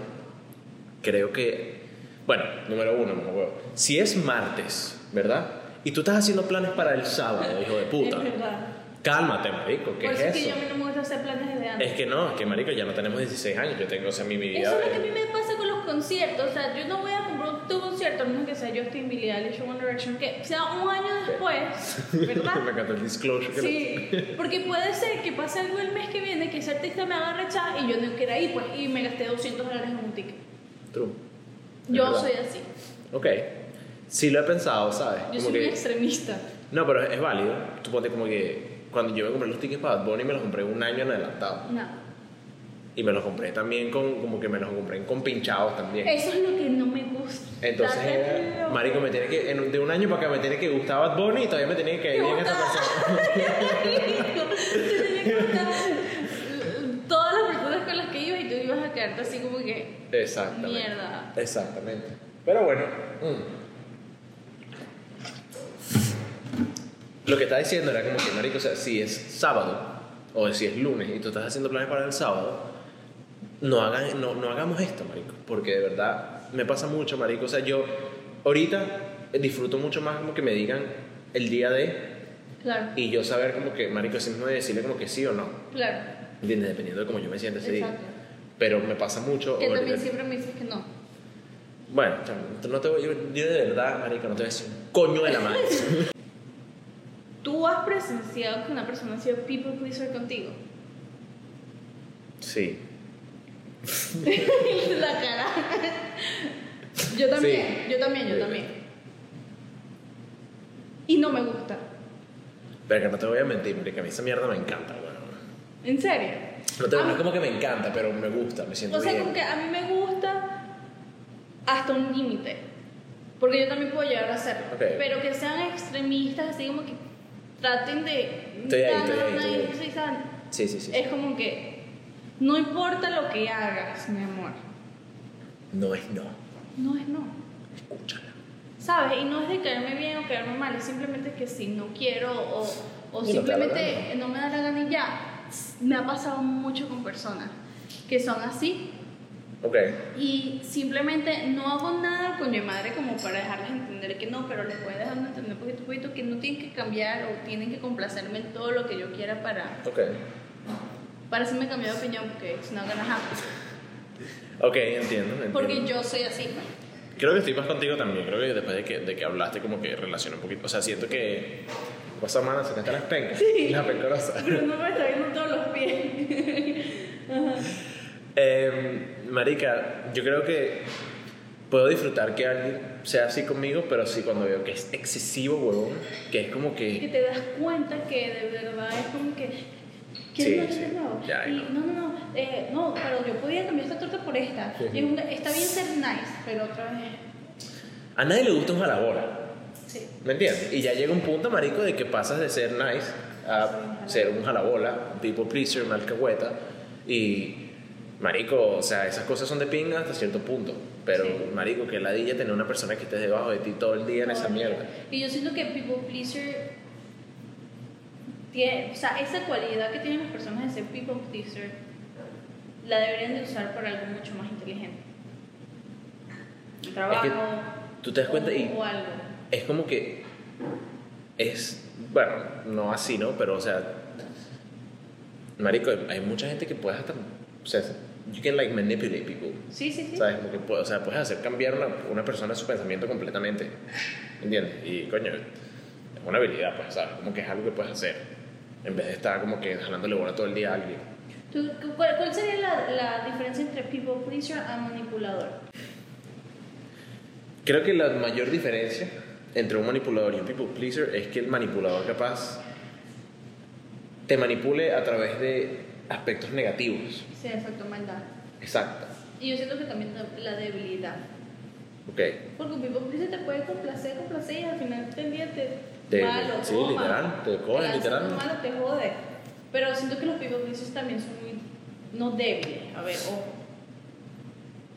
A: creo que, bueno, número uno, no huevo. Si es martes, ¿verdad? Y tú estás haciendo planes para el sábado, hijo de puta.
B: Es verdad.
A: Cálmate, marico, ¿qué
B: Por
A: es
B: eso es que
A: eso?
B: yo a mí no me gusta hacer planes desde antes.
A: Es que no, es que marico, ya no tenemos 16 años, yo tengo, o sea, mi, mi vida...
B: Eso es lo que a mí me pasa con los conciertos. O sea, yo no voy a comprar tu concierto, a menos que sea Justin Billie Eilish o One Direction, que sea un año después,
A: me
B: ¿verdad?
A: encanta el disclosure que le-
B: Sí, porque puede ser que pase algo el mes que viene, que ese artista me haga rechazar y yo no quiera ir, pues, y me gasté 200 dólares en un ticket.
A: True. Es
B: Yo
A: verdad.
B: soy así.
A: Ok. Sí lo he pensado, ¿sabes?
B: Yo
A: Como
B: soy
A: que-
B: muy extremista.
A: No, pero es válido. Tú ponte como que cuando yo me compré los tickets para Bad Bunny me los compré un año en adelantado.
B: No.
A: Y me los compré también con, como que me los compré con pinchados también.
B: Eso es lo que no me gusta.
A: Entonces,
B: Date
A: era,
B: loco.
A: marico, me tiene que, en- de un año para acá me tiene que gustar Bad Bunny y todavía me tiene que
B: Te
A: ir bien esta
B: gusta.
A: persona.
B: Te tenía que gustar. Todas las personas con las que ibas y tú ibas a quedar quedarte así como que.
A: Exactamente.
B: Mierda.
A: Exactamente. Pero bueno. mm. Lo que estaba diciendo era como que, marico, o sea, si es sábado o si es lunes y tú estás haciendo planes para el sábado, no, hagan, no, no hagamos esto, marico. Porque de verdad me pasa mucho, marico. O sea, yo ahorita disfruto mucho más como que me digan el día de
B: Claro,
A: y yo saber como que, marico, si mismo de decirle como que sí o no.
B: claro.
A: ¿Entiendes? Dependiendo de cómo yo me sienta ese día.
B: Exacto.
A: Pero me pasa mucho.
B: Que
A: ahorita-
B: también siempre me dices que no.
A: bueno, chamo, no te voy, yo, yo de verdad, marico, no te voy a decir un coño de la madre.
B: ¿Tú has presenciado que una persona ha sido people pleaser contigo?
A: Sí.
B: La cara. Yo también,
A: Sí.
B: yo también, yo
A: Sí.
B: también. Y no me gusta.
A: Pero que no te voy a mentir, marico, a mí esa mierda me encanta, weón.
B: ¿En serio?
A: No, te,
B: Ah.
A: no es como que me encanta, pero me gusta, me siento
B: O sea,
A: bien.
B: como que a mí me gusta hasta un límite. Porque yo también puedo llegar a hacerlo.
A: Ok.
B: Pero que sean extremistas, así como que traten de.
A: Estoy ahí,
B: na,
A: estoy
B: na,
A: ahí,
B: na,
A: estoy
B: y
A: ahí.
B: sí, ¿saben?
A: Sí, sí, sí.
B: Es como que. No importa lo que hagas, mi amor.
A: No es no.
B: No es no.
A: Escúchala.
B: ¿Sabes? Y no es de caerme bien o caerme mal, es simplemente que si no quiero o, o
A: Y no te da la
B: simplemente no me da la gana y ya. Me ha pasado mucho con personas que son así
A: Ok.
B: y simplemente no hago nada con mi madre como para dejarles entender que no, pero les voy dejando entender poquito a poquito que no tienen que cambiar o tienen que complacerme en todo lo que yo quiera para,
A: Ok.
B: para hacerme cambiar de opinión, porque si no ganas
A: Ok, entiendo. entiendo.
B: Porque yo soy así. pues.
A: Creo que estoy más contigo también. Creo que después de que, de que hablaste, como que relacioné un poquito. O sea, siento que. Pasa, mana, se te están las pencas.
B: Sí.
A: Las pencorosas.
B: Pero no me está viendo todos los pies.
A: Eh, marica, yo creo que puedo disfrutar que alguien sea así conmigo, pero sí cuando veo que es excesivo, huevón, que es como
B: que
A: que...
B: te das cuenta que de verdad es como que
A: Sí,
B: ¿Quieres sí,
A: sí.
B: de nuevo?
A: Ya,
B: y,
A: ya.
B: no, no, no, eh, no, pero yo podía cambiar esta torta por esta.
A: Sí.
B: Y es un- está bien ser nice, pero otra vez.
A: A nadie le gusta un jalabora,
B: Sí.
A: ¿me entiendes? Y ya llega un punto, marico, de que pasas de ser nice a ser un jalabola, un people pleaser, una alcahueta, y... Marico, o sea, esas cosas son de pinga hasta cierto punto, pero
B: Sí.
A: marico, que ladilla tener una persona que esté debajo de ti todo el día en esa
B: Todo el día.
A: mierda.
B: Y yo siento que People Pleaser tiene, o sea, esa cualidad que tienen las personas de ser People Pleaser la deberían de usar para algo mucho más inteligente. Un trabajo.
A: tú te das cuenta
B: o-
A: y-
B: o algo.
A: es como que es bueno no así no pero o sea marico hay- hay mucha gente que puedes hasta o sea you can like manipulate people
B: Sí, sí, sí.
A: sabes como que puede- o sea puedes hacer cambiar una una persona su pensamiento completamente entiendes y coño es una habilidad pues sabes como que es algo que puedes hacer en vez de estar como que jalándole bola todo el día a alguien
B: ¿Tú- cu- cuál, cuál sería la, la diferencia entre people pleaser a manipulador?
A: Creo que la mayor diferencia entre un manipulador y un people pleaser es que el manipulador capaz te manipule a través de aspectos negativos.
B: Sí, exacto, maldad.
A: Exacto.
B: Y yo siento que también la- la debilidad.
A: Ok.
B: Porque un people pleaser te puede complacer, complacer y al final del día te...
A: Te-
B: malo,
A: sí,
B: toma.
A: literal, te jode,
B: lanza
A: literal.
B: algo malo, te jode. Pero siento que los people pleasers también son muy... No débiles, a ver, ojo.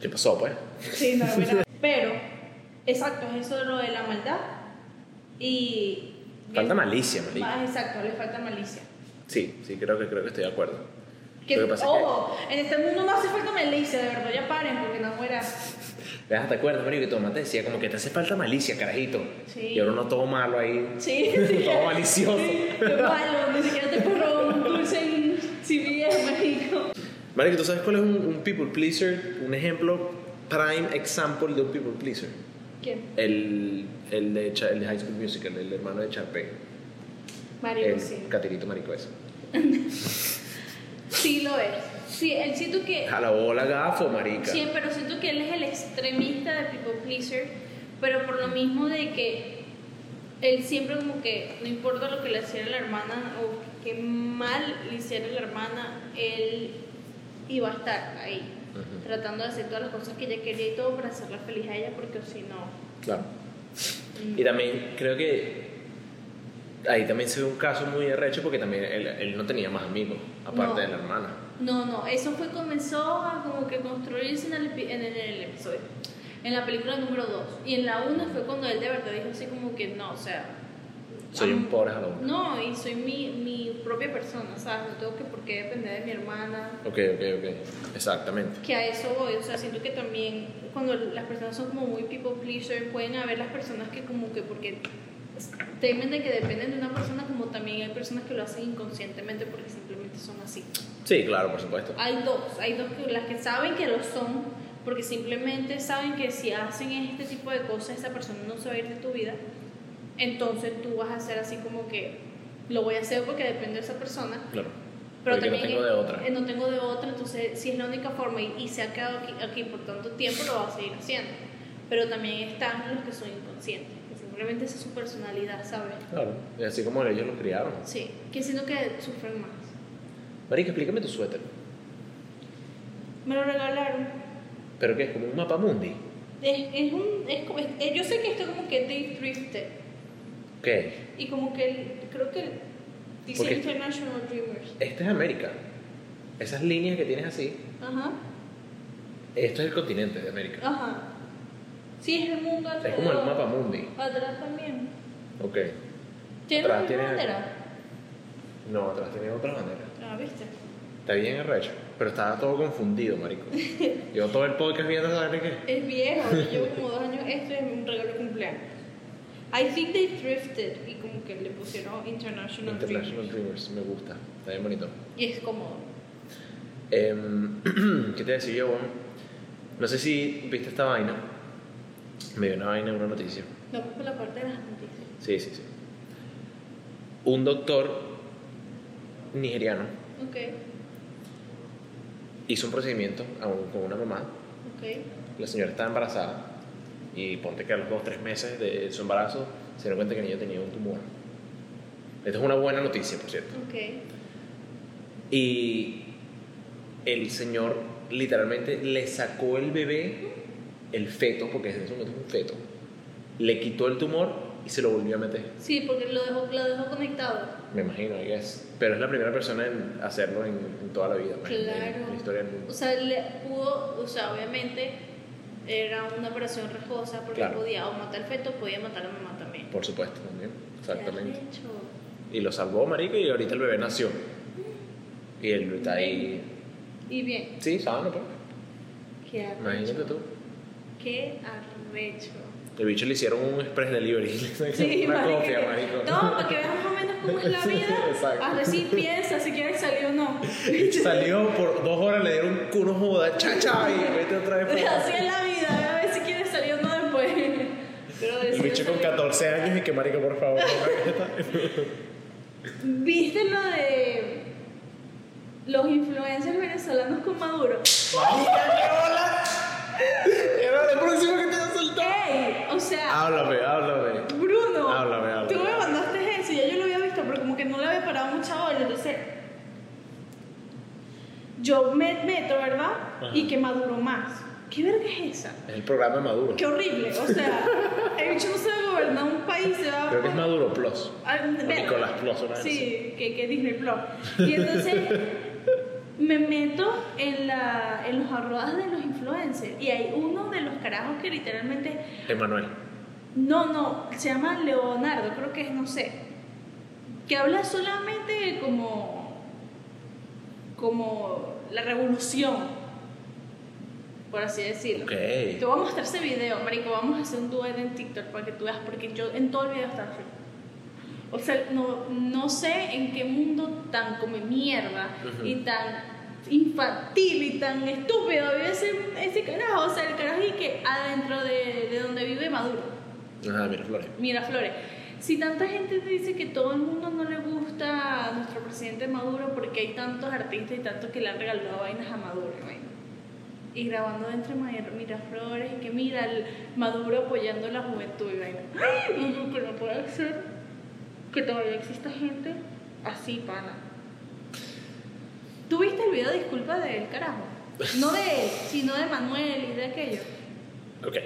A: ¿Qué pasó, pues?
B: Sí, no, mira. Pero, exacto, es eso de lo de la maldad. Y...
A: Falta malicia, marico.
B: Ah, Exacto, le falta malicia.
A: Sí, sí, creo que, creo que estoy de acuerdo.
B: Que,
A: Lo que pasa es que-
B: ojo, en este mundo no hace falta malicia, de verdad, ya paren, porque no muera.
A: ¿Ves? ¿Te acuerdas, marico, que tu mamá te decía como que te hace falta malicia, carajito?
B: Sí.
A: Y ahora uno todo malo ahí.
B: Sí,
A: Todo malicioso.
B: Qué malo, ni siquiera te puedo robar un dulce en CBS, marico.
A: Marico, ¿tú sabes cuál es un, un people pleaser? Un ejemplo, prime example de un people pleaser.
B: ¿Quién?
A: El, el, de, Cha- el de High School Musical, el hermano de Charpe.
B: Marico,
A: El
B: sí.
A: catirito marico ese.
B: Sí lo es. Sí, él siento
A: Ah,
B: que...
A: Jalabola gafo, marica.
B: Sí, pero siento que él es el extremista de people pleaser, pero por lo mismo de que él siempre como que no importa lo que le hiciera la hermana o que mal le hiciera la hermana, él iba a estar ahí,
A: Ujú.
B: tratando de hacer todas las cosas que ella quería y todo para hacerla feliz a ella, porque si no...
A: Claro.
B: mm,
A: Y también creo que ahí también se ve un caso muy arrecho porque también él, él no tenía más amigos, aparte
B: No.
A: de la hermana.
B: No, no, eso fue comenzó a como que construirse en el, epi- en el- en el episodio, en la película número 2. Y en la 1 fue cuando él de verdad dijo así como que no, o sea...
A: Soy un
B: am-
A: pobre jalón.
B: No, y soy mi, mi propia persona, ¿sabes? No tengo que por qué depender de mi hermana.
A: Ok, ok, ok. Exactamente.
B: Que a eso voy, o sea, siento que también cuando las personas son como muy people pleaser, pueden haber las personas que como que porque temen de que dependen de una persona, como también hay personas que lo hacen inconscientemente porque simplemente son así.
A: Sí, claro, por supuesto.
B: Hay dos, hay dos que las que saben que lo son, porque simplemente saben que si hacen este tipo de cosas, esa persona no se va a ir de tu vida. Entonces tú vas a hacer así como que lo voy a hacer porque depende de esa persona.
A: Claro.
B: Pero
A: Porque no
B: también
A: tengo de otra.
B: eh, no tengo de otra, entonces si es la única forma y, y se ha quedado aquí, aquí por tanto tiempo, lo va a seguir haciendo. Pero también están los que son inconscientes, que simplemente esa es su personalidad, ¿sabes?
A: Claro. Y así como ellos lo criaron.
B: Sí, que siento que sufren más.
A: Marica, explícame tu suéter.
B: Me lo regalaron.
A: ¿Pero qué? ¿Es como un mapa mundi?
B: Es, es un, es como- es- eh, yo sé que esto como que Dave Drifted
A: ¿Qué?
B: y como que el- creo que el- dice
A: Porque-
B: International Dreamers.
A: Esta es América. Esas líneas que tienes así,
B: Ajá,
A: esto es el continente de América.
B: ajá. Sí, es el mundo
A: Es como el mapa mundi.
B: Atrás también.
A: Ok.
B: ¿Tiene
A: Atrás
B: la misma
A: tiene-
B: bandera?
A: No, atrás tiene otra bandera.
B: Ah, ¿viste?
A: Está bien arrecho, pero estaba todo confundido, marico. Yo todo el podcast viendo saber qué.
B: Es viejo, yo llevo como dos años. Esto es un regalo de cumpleaños. I think they thrifted y como que le pusieron International,
A: International
B: Dreamers.
A: Dreamers, me gusta. Está bien bonito.
B: Y es cómodo.
A: Em, ¿Qué te decía yo, weón? No sé si viste esta vaina. Me dio una vaina, una noticia.
B: No, por la parte de las noticias.
A: Sí, sí, sí. Un doctor nigeriano
B: Ok,
A: hizo un procedimiento a un- con una mamá.
B: ok.
A: La señora estaba embarazada. Y ponte que a los dos tres meses de su embarazo se dieron cuenta que el niño tenía un tumor. Esto es una buena noticia, por cierto.
B: Ok.
A: Y el señor literalmente le sacó el bebé, el feto, porque en ese momento es un feto, le quitó el tumor y se lo volvió a meter.
B: Sí, porque lo dejó, lo dejó conectado.
A: Me imagino, I guess. Pero es la primera persona en hacerlo en, en toda la vida, man, en-
B: Claro.
A: en la historia del mundo.
B: O sea, le pudo, o sea, obviamente era una operación riesgosa porque
A: Claro.
B: podía o matar al feto, podía matar a la mamá también.
A: Por supuesto, también. Exactamente.
B: Qué arrecho.
A: Y lo salvó, marico, y ahorita el bebé nació. Y él está ahí.
B: Y bien,
A: Sí, sano, pues.
B: qué arrecho.
A: Imagínate tú.
B: Qué arrecho.
A: El bicho le hicieron un express delivery.
B: Sí,
A: una
B: marica,
A: copia,
B: que-
A: marico.
B: No, para que veas más o menos cómo es la vida.
A: Exacto.
B: A ver si piensa si quieres salir o no.
A: Salió por dos horas, le dieron cuno joda, cha cha, y vete otra vez. para abajo.
B: Así es la vida, a ver si quieres salir o no después. Pero
A: El
B: decidió
A: bicho con
B: salir.
A: 14 años y que marico, por favor.
B: ¿Viste lo de los influencers venezolanos con Maduro?
A: ¡Marica, qué hola! Era lo próximo que te iba a soltar.
B: ¡Ey! O sea,
A: Háblame, háblame.
B: Bruno,
A: Háblame, háblame.
B: tú me mandaste eso y ya yo lo había visto, pero como que no le había parado mucha hora. Entonces, yo me meto, ¿verdad?
A: Ajá.
B: Y que Maduro más. ¿Qué verga es esa?
A: Es el programa de Maduro.
B: Qué horrible. O sea, el bicho no sabe gobernar un país, se va a
A: Creo que es Maduro Plus.
B: Ah, ve-
A: Nicolás Plus, una vez
B: Sí, que, que Disney Plus. Y entonces me meto en, la, en los arrobas de los influencers. Y hay uno de los carajos que literalmente.
A: Emanuel.
B: No, no, se llama Leonardo, creo que es, no sé. Que habla solamente como. como la revolución. Por así decirlo. Te
A: Ok.
B: voy a mostrar ese video, marico. Vamos a hacer un duet en TikTok para que tú veas, porque yo en todo el video está así. O sea, no, no sé en qué mundo tan come mierda
A: Ujú.
B: y tan infantil y tan estúpido vive ese, ese carajo. O sea, el carajo y que adentro de, de donde vive Maduro,
A: Ajá, mira, Flores.
B: Miraflores. Si tanta gente te dice que todo el mundo no le gusta a nuestro presidente Maduro porque hay tantos artistas y tantos que le han regalado vainas a Maduro, bueno y grabando entre Mayer- Miraflores y que mira el Maduro apoyando a la juventud y vaina. No, que no puede ser que todavía exista gente así, pana. ¿Tú viste el video disculpa de él, carajo? No de él, sino de Manuel y de aquello.
A: Ok.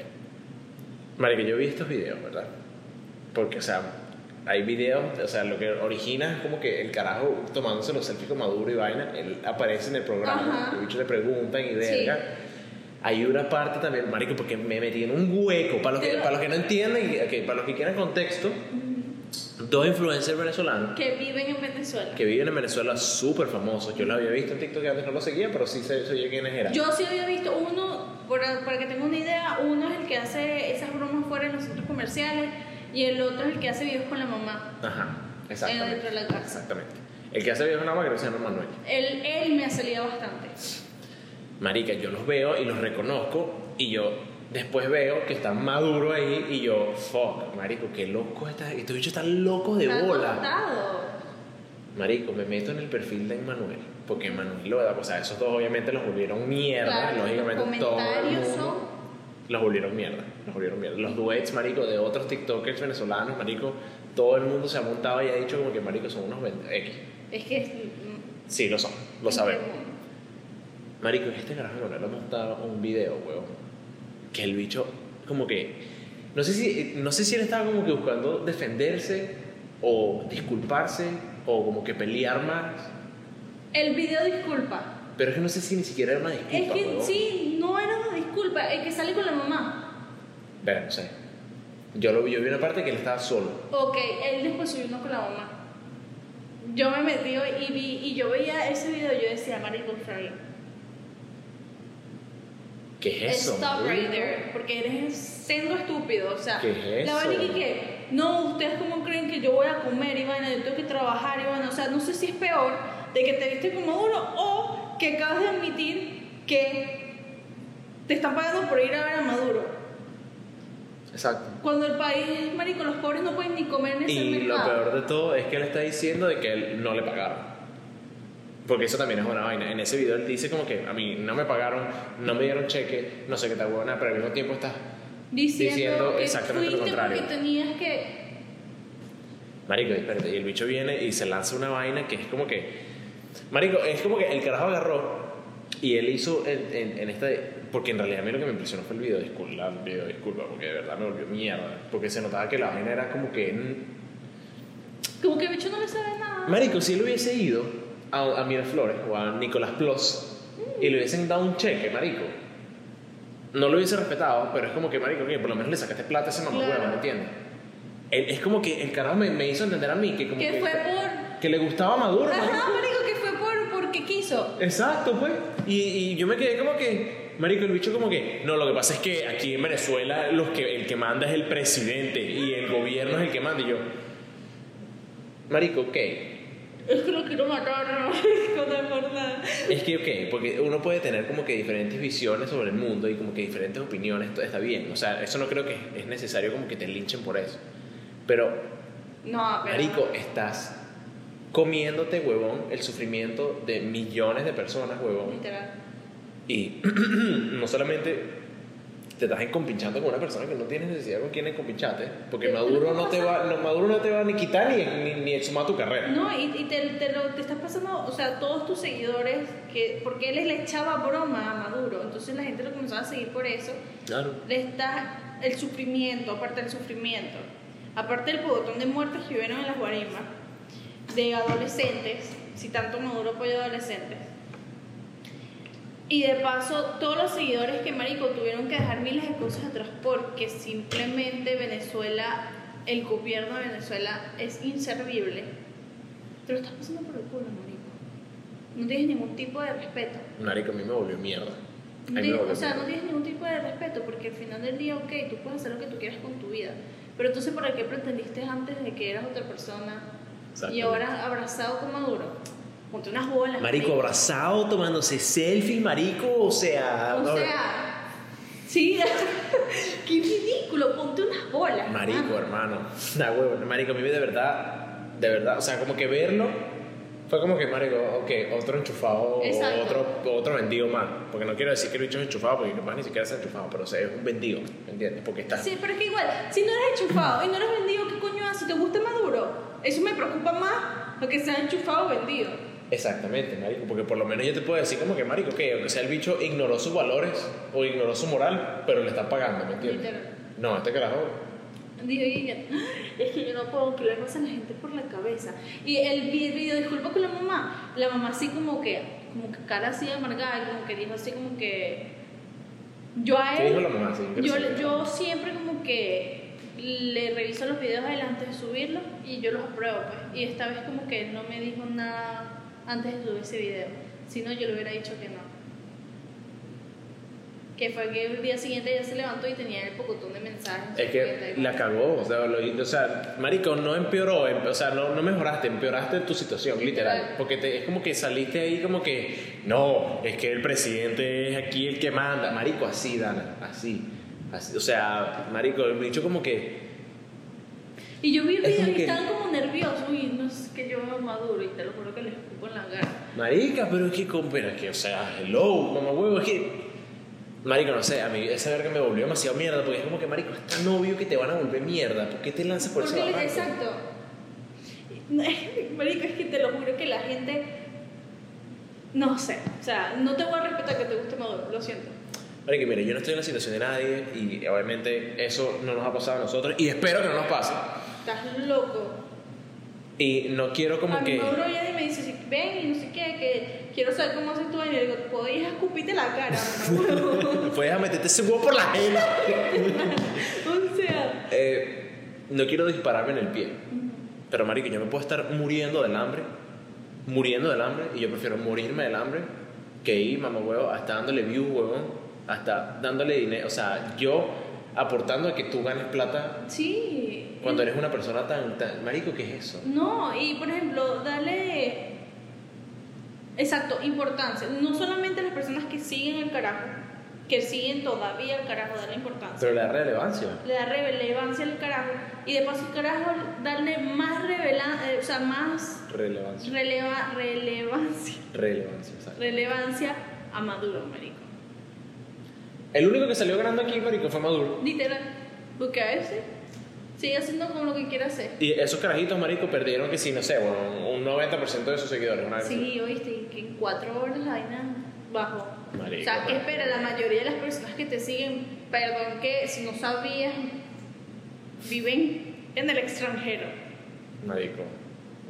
A: Marico, yo vi estos videos, ¿verdad? Porque, o sea, hay videos, o sea, lo que origina es como que el carajo tomándose los selfies con Maduro y vaina, él aparece en el programa,
B: Ajá.
A: los bichos le preguntan y verga. Hay una parte también, marico, porque me metí en un hueco, para los que,
B: Te lo-
A: para los que no entienden, y- ok, para los que quieran contexto, dos influencers venezolanos
B: que viven en Venezuela.
A: que viven en Venezuela súper famosos, yo los había visto en TikTok que antes no los seguía, pero sí sé- sabía quiénes eran.
B: Yo sí había visto uno, para, para que tenga una idea, uno es el que hace esas bromas fuera en los centros comerciales y el otro es el que hace videos con la mamá
A: Ajá,
B: eh,
A: exactamente.
B: dentro de la casa.
A: Exactamente. El que hace videos nada más que se llama Manuel.
B: Él, él me ha salido bastante.
A: Marica, yo los veo y los reconozco y yo después veo que están maduros ahí y yo, fuck, marico, qué loco está, estos bichos están locos de
B: Me han
A: bola.
B: contado.
A: Marico, me meto en el perfil de Emanuel, porque Emanuel lo da, o sea, esos dos obviamente los volvieron mierda,
B: Claro,
A: lógicamente
B: los
A: todo el
B: comentarios
A: mundo los volvieron mierda, los volvieron mierda. Los duets, marico, de otros TikTokers venezolanos, marico, todo el mundo se ha montado y ha dicho como que, marico, son unos ven- X.
B: Es que es. mm,
A: Sí, lo son, lo
B: es
A: sabemos.
B: que-
A: Marico, este carajo no le ha montado un video, weón. Que el bicho, como que. No sé si, no sé si él estaba como que buscando defenderse, o disculparse, o como que pelear más.
B: El video disculpa.
A: Pero es que no sé si ni siquiera era una disculpa.
B: es que
A: weón.
B: sí, no era una disculpa. El que sale con la mamá.
A: Pero no sé. Yo lo vi, yo vi una parte que él estaba solo.
B: Ok, él después subió uno con la mamá. Yo me metí y vi, y yo veía ese video, yo decía, Marico, está bien.
A: ¿Qué es eso?
B: Stop right
A: marico?
B: there, porque eres siendo estúpido. O sea,
A: ¿Qué es
B: la
A: eso?
B: vaina es que, ¿qué? no, ustedes cómo creen que yo voy a comer, Ivana, yo tengo que trabajar, Ivana. O sea, no sé si es peor de que te viste como duro o que acabas de admitir que te están pagando por ir a ver a Maduro.
A: Exacto.
B: Cuando el país, marico, los pobres no pueden ni comer en ese
A: Y lo
B: mercado.
A: peor de todo es que él está diciendo de que él no le pagaron. Porque eso también es una vaina. En ese video él dice como que a mí no me pagaron, no me dieron cheque, no sé qué tal huevona, pero al mismo tiempo está...
B: diciendo,
A: diciendo
B: que
A: exactamente lo
B: fuiste
A: contrario.
B: porque tenías que
A: Marico, espérate. Y el bicho viene y se lanza una vaina que es como que... Marico, es como que el carajo agarró y él hizo en, en- en esta... Porque en realidad a mí lo que me impresionó fue el video, disculpa, el video, disculpa, porque de verdad me volvió mierda. Porque se notaba que la vaina era como que... mm,
B: como que bicho no le sabe nada
A: Marico, si él hubiese ido a, a Miraflores o a Nicolás Plus y le hubiesen dado un cheque, marico, no lo hubiese respetado, pero es como que, marico, que por lo menos le sacaste plata a ese mamá
B: Claro.
A: huevo, ¿me entiendes? El- es como que el carajo me, me hizo entender a mí que como
B: que
A: que,
B: fue por
A: que le gustaba Maduro,
B: ajá
A: marico.
B: marico que fue por porque quiso
A: Exacto, pues. Y, y yo me quedé como que, marico, el bicho como que, no, lo que pasa es que aquí en Venezuela los que, el que manda es el presidente y el gobierno es el que manda. Y yo, marico, ok,
B: es que lo quiero matar no no por nada
A: Es que, ok, porque uno puede tener como que diferentes visiones sobre el mundo y como que diferentes opiniones, todo está bien. O sea, eso no creo que es necesario como que te linchen por eso. Pero,
B: no pero
A: marico, estás comiéndote, huevón, el sufrimiento de millones de personas, huevón.
B: literal
A: Y no solamente te estás encompinchando con una persona que no tiene necesidad con quien encompincharte, porque
B: Pero,
A: Maduro
B: ¿pero
A: no,
B: qué
A: te va, no, Maduro no te va a ni quitar ni, ni, ni sumar tu carrera.
B: no y, y te, te lo te estás pasando o sea todos tus seguidores que porque él le echaba broma a Maduro entonces la gente lo comenzaba a seguir por eso
A: Claro.
B: le está el sufrimiento, aparte del sufrimiento, aparte del botón de muertes que hubieron en las guarimas, de adolescentes, si tanto Maduro apoya adolescentes. Y de paso, todos los seguidores que Marico tuvieron que dejar miles de cosas atrás porque simplemente Venezuela, el gobierno de Venezuela es inservible. Te lo estás pasando por el culo, Marico. No tienes ningún tipo de respeto.
A: Marico, a mí me volvió mierda. A mí me
B: Tienes-
A: volvió
B: o sea, no
A: mierda.
B: tienes ningún tipo de respeto porque al final del día, ok, tú puedes hacer lo que tú quieras con tu vida, pero entonces, ¿para qué pretendiste antes de que eras otra persona y
A: Exactamente.
B: ahora abrazado con Maduro? Ponte unas bolas.
A: Marico abrazado, tomándose selfies, marico, o sea...
B: O
A: no-
B: sea, sí, qué ridículo, ponte unas bolas.
A: marico,
B: mano.
A: hermano. Nah, huevo, marico, a mí de verdad, de verdad, o sea, como que verlo fue como que, marico, ok, otro enchufado,
B: Exacto.
A: otro, otro vendido más. Porque no quiero decir que el bicho es enchufado, porque capaz ni siquiera es enchufado, pero o sea, es un vendido, ¿me entiendes? Porque está...
B: Sí, pero es que igual, si no eres enchufado y no eres vendido, ¿qué coño haces? Si te gusta Maduro, eso me preocupa más lo que sea enchufado o vendido.
A: Exactamente, marico, porque por lo menos yo te puedo decir como que, marico, que aunque sea el bicho ignoró sus valores o ignoró su moral, pero le están pagando, ¿me entiendes?
B: Literal.
A: No, este carajo...
B: Digo, y- "Ah, es que yo no no puedo que le pasan a la gente por la cabeza. Y el video, disculpa con la mamá, la mamá así como que, como que cara así amargada, y como que dijo así como que. Yo a
A: ¿Qué dijo la
B: él,
A: mamá? Sí,
B: yo,
A: interesante.
B: yo siempre como que le reviso los videos a él antes de subirlos y yo los apruebo, pues. Y esta vez como que no me dijo nada antes de subir ese video, si no yo le hubiera dicho que no. Que fue que el día siguiente ella se levantó y tenía el pocotón de mensajes. en su
A: Es
B: cuenta
A: que
B: y
A: la
B: bueno.
A: cagó, o sea, lo- o sea, marico, no empeoró, em- o sea, no, no mejoraste, empeoraste tu situación, literal,
B: Literal.
A: porque te- es como que saliste ahí como que, no, es que el presidente es aquí el que manda, marico, así, Dana, así, así, o sea, marico, el bicho como que,
B: Y yo vi el
A: Es
B: video
A: como
B: y
A: que-
B: estaban como nerviosos y no es que yo maduro y te lo juro que les escupo en la cara.
A: marica, pero es que, com- pero es que, o sea, hello, mamá huevo, es que, marico, no sé, a mí esa verga me volvió demasiado mierda, porque es como que, marico, es tan obvio que te van a volver mierda, ¿por qué te lanzas por ese
B: Porque les-
A: barranco?
B: exacto. Marico, es que te lo juro que la gente. No sé. O sea, no te voy a respetar que te guste Maduro, lo siento.
A: Marico, mire, yo no estoy en la situación de nadie y obviamente eso no nos ha pasado a nosotros y espero que no nos pase.
B: Estás loco.
A: Y no quiero
B: a
A: como
B: mí
A: que...
B: Maduro viene y me dice, sí, ven y no sé qué, que quiero saber cómo haces tú. Y yo digo, podías escupirte la cara, mamá".
A: Puedes meterte ese huevo por la jena.
B: O sea.
A: Eh, no quiero dispararme en el pie. Pero marico, yo me puedo estar muriendo del hambre. Muriendo del hambre. Y yo prefiero morirme del hambre que ir, mamá huevo, hasta dándole views, huevón. Hasta dándole dinero. O sea, yo aportando a que tú ganes plata
B: Sí.
A: cuando eres una persona tan... tan... Marico, ¿qué es eso?
B: No, y por ejemplo, darle. Exacto, importancia. No solamente a las personas que siguen el carajo, que siguen todavía el carajo, darle importancia.
A: Pero la relevancia.
B: Le da relevancia al carajo. Y de paso, el carajo, darle más revela, eh, o sea, más
A: Relevancia.
B: releva, relevancia,
A: Relevancia, exacto.
B: relevancia a Maduro, marico.
A: El único que salió ganando aquí, marico, fue Maduro.
B: Literal, porque a ese sigue haciendo como lo que quiere hacer.
A: Y esos carajitos, marico, perdieron que sí, no sé, bueno, un 90% de sus seguidores. Una vez.
B: Sí, oíste, y que en cuatro horas la vaina bajó.
A: Marico,
B: o sea, ¿qué
A: pero-
B: espera? La mayoría de las personas que te siguen, perdón que si no sabías, viven en el extranjero.
A: Marico.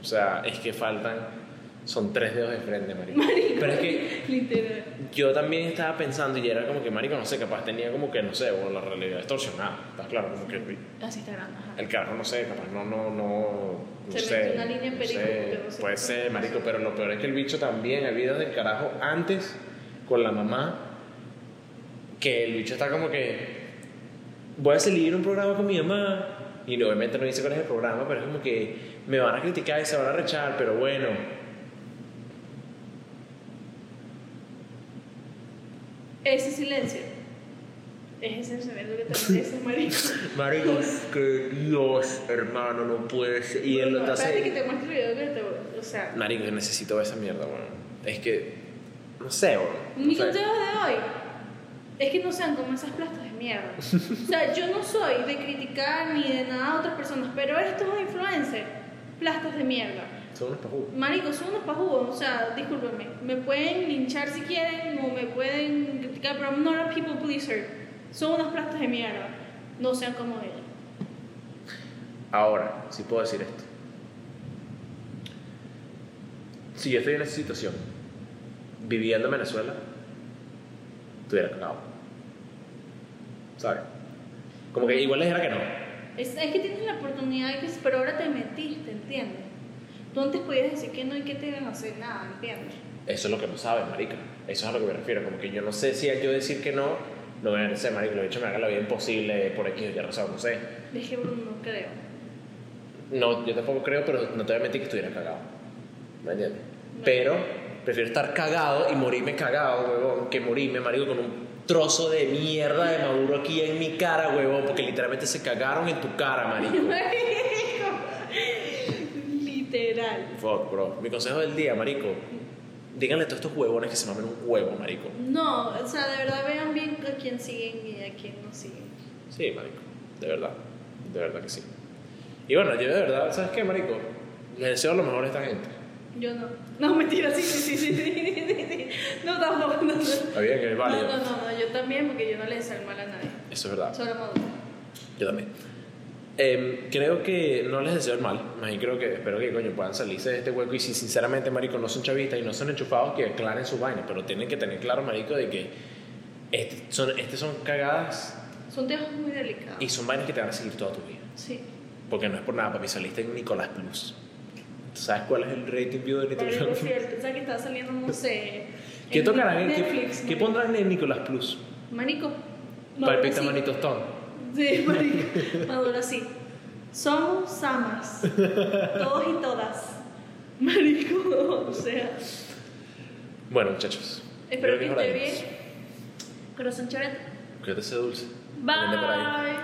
A: O sea, es que faltan. Son tres dedos de frente, marico.
B: Marico.
A: Pero es que
B: Literal.
A: yo también estaba pensando y era como que, marico, no sé, capaz tenía como que, no sé, bueno, la realidad distorsionada. Está claro, como que
B: Así está grande, ajá.
A: el carajo, no sé, capaz no, no, no. no
B: Se
A: sé,
B: metió una línea en
A: no
B: perico,
A: sé,
B: pero no sé.
A: Puede ser, marico, pero lo peor es que el bicho también, el video del carajo antes con la mamá, que el bicho está como que. Voy a salir a un programa con mi mamá. Y no, obviamente no dice cuál es el programa, pero es como que me van a criticar y se van a rechar, pero bueno.
B: Ese silencio. Es ese silencio que te mereces, marico.
A: Marico, que Dios, hermano, no puede ser. Y él lo está
B: Espérate que
A: haciendo.
B: te muestre el video que te... O sea...
A: Marico, yo necesito esa mierda, weón. Es que. No sé, weón. No
B: Mi
A: sé.
B: consejo de hoy es que no sean como esas plastas de mierda. O sea, yo no soy de criticar ni de nada a otras personas, pero estos influencers, plastas de mierda.
A: Son unos pajú.
B: Marico, son unos pajudos, o sea, discúlpenme. Me pueden linchar si quieren o me pueden criticar, pero I'm not a people pleaser. Son unas plastas de mierda. No sean como ellos.
A: Ahora, si puedo decir esto. Si yo estoy en esa situación, viviendo en Venezuela, tuviera cagado. ¿Sabes? Como que igual les dijera que no.
B: Es, es que tienes la oportunidad, que, pero ahora te metiste, ¿entiendes? Tú antes podías decir que no y que te iban a hacer nada, ¿entiendes?
A: Eso es lo que no sabes, marica. Eso es a lo que me refiero. Como que yo no sé si al yo decir que no, no voy a decir, marica, lo he hecho, me haga la vida imposible por aquí, ya razón, no sé.
B: Dije, Bruno, no creo.
A: No, yo tampoco creo, pero no te voy a mentir que estuviera cagado. ¿Me entiendes? Pero prefiero estar cagado y morirme cagado, huevón, que morirme, marico, con un trozo de mierda de Maduro aquí en mi cara, huevón, porque literalmente se cagaron en tu cara, marico.
B: Literal.
A: Fuck, bro. Mi consejo del día, marico. Díganle a todos estos huevones que se mamen un huevo, marico.
B: No, o sea, de verdad vean bien a quién siguen y a quién no siguen.
A: Sí, marico. De verdad. De verdad que sí. Y bueno, yo de verdad, ¿sabes qué, marico? Les deseo lo mejor a esta gente.
B: Yo no. No, mentira, sí, sí, sí, sí, sí, sí, sí, sí. No, no, no, no.
A: Está bien, que es válido.
B: No, no, no, no, yo también, porque yo no le deseo el mal a nadie.
A: Eso es verdad.
B: Solo a Maduro.
A: Yo también. Em, creo que no les deseo el mal, más bien creo que espero que coño puedan salirse de este hueco y si sinceramente marico no son chavistas y no son enchufados que aclaren sus vainas, pero tienen que tener claro marico de que este son, este son cagadas
B: Son temas muy delicados.
A: y son vainas que te van a seguir toda tu vida,
B: Sí.
A: porque no es por nada, para mí saliste en Nicolás Plus. ¿Tú sabes cuál es el rating view de
B: Pero
A: Nicolás Plus?
B: cierto, o sea que está saliendo, no sé.
A: ¿Qué
B: en
A: tocarán? en- ¿Qué,
B: Netflix,
A: qué
B: marico.
A: pondrán en Nicolás Plus?
B: Marico.
A: Palpita
B: Madura
A: Manito Stone.
B: sí. Sí, marico. Madura sí. Somos samas. Todos y todas. Marico, o sea.
A: Bueno, muchachos.
B: Espero que
A: creo
B: esté
A: es hora de irnos.
B: bien. Corazón chévere.
A: Que te sea dulce.
B: Bye.
A: Vente por ahí.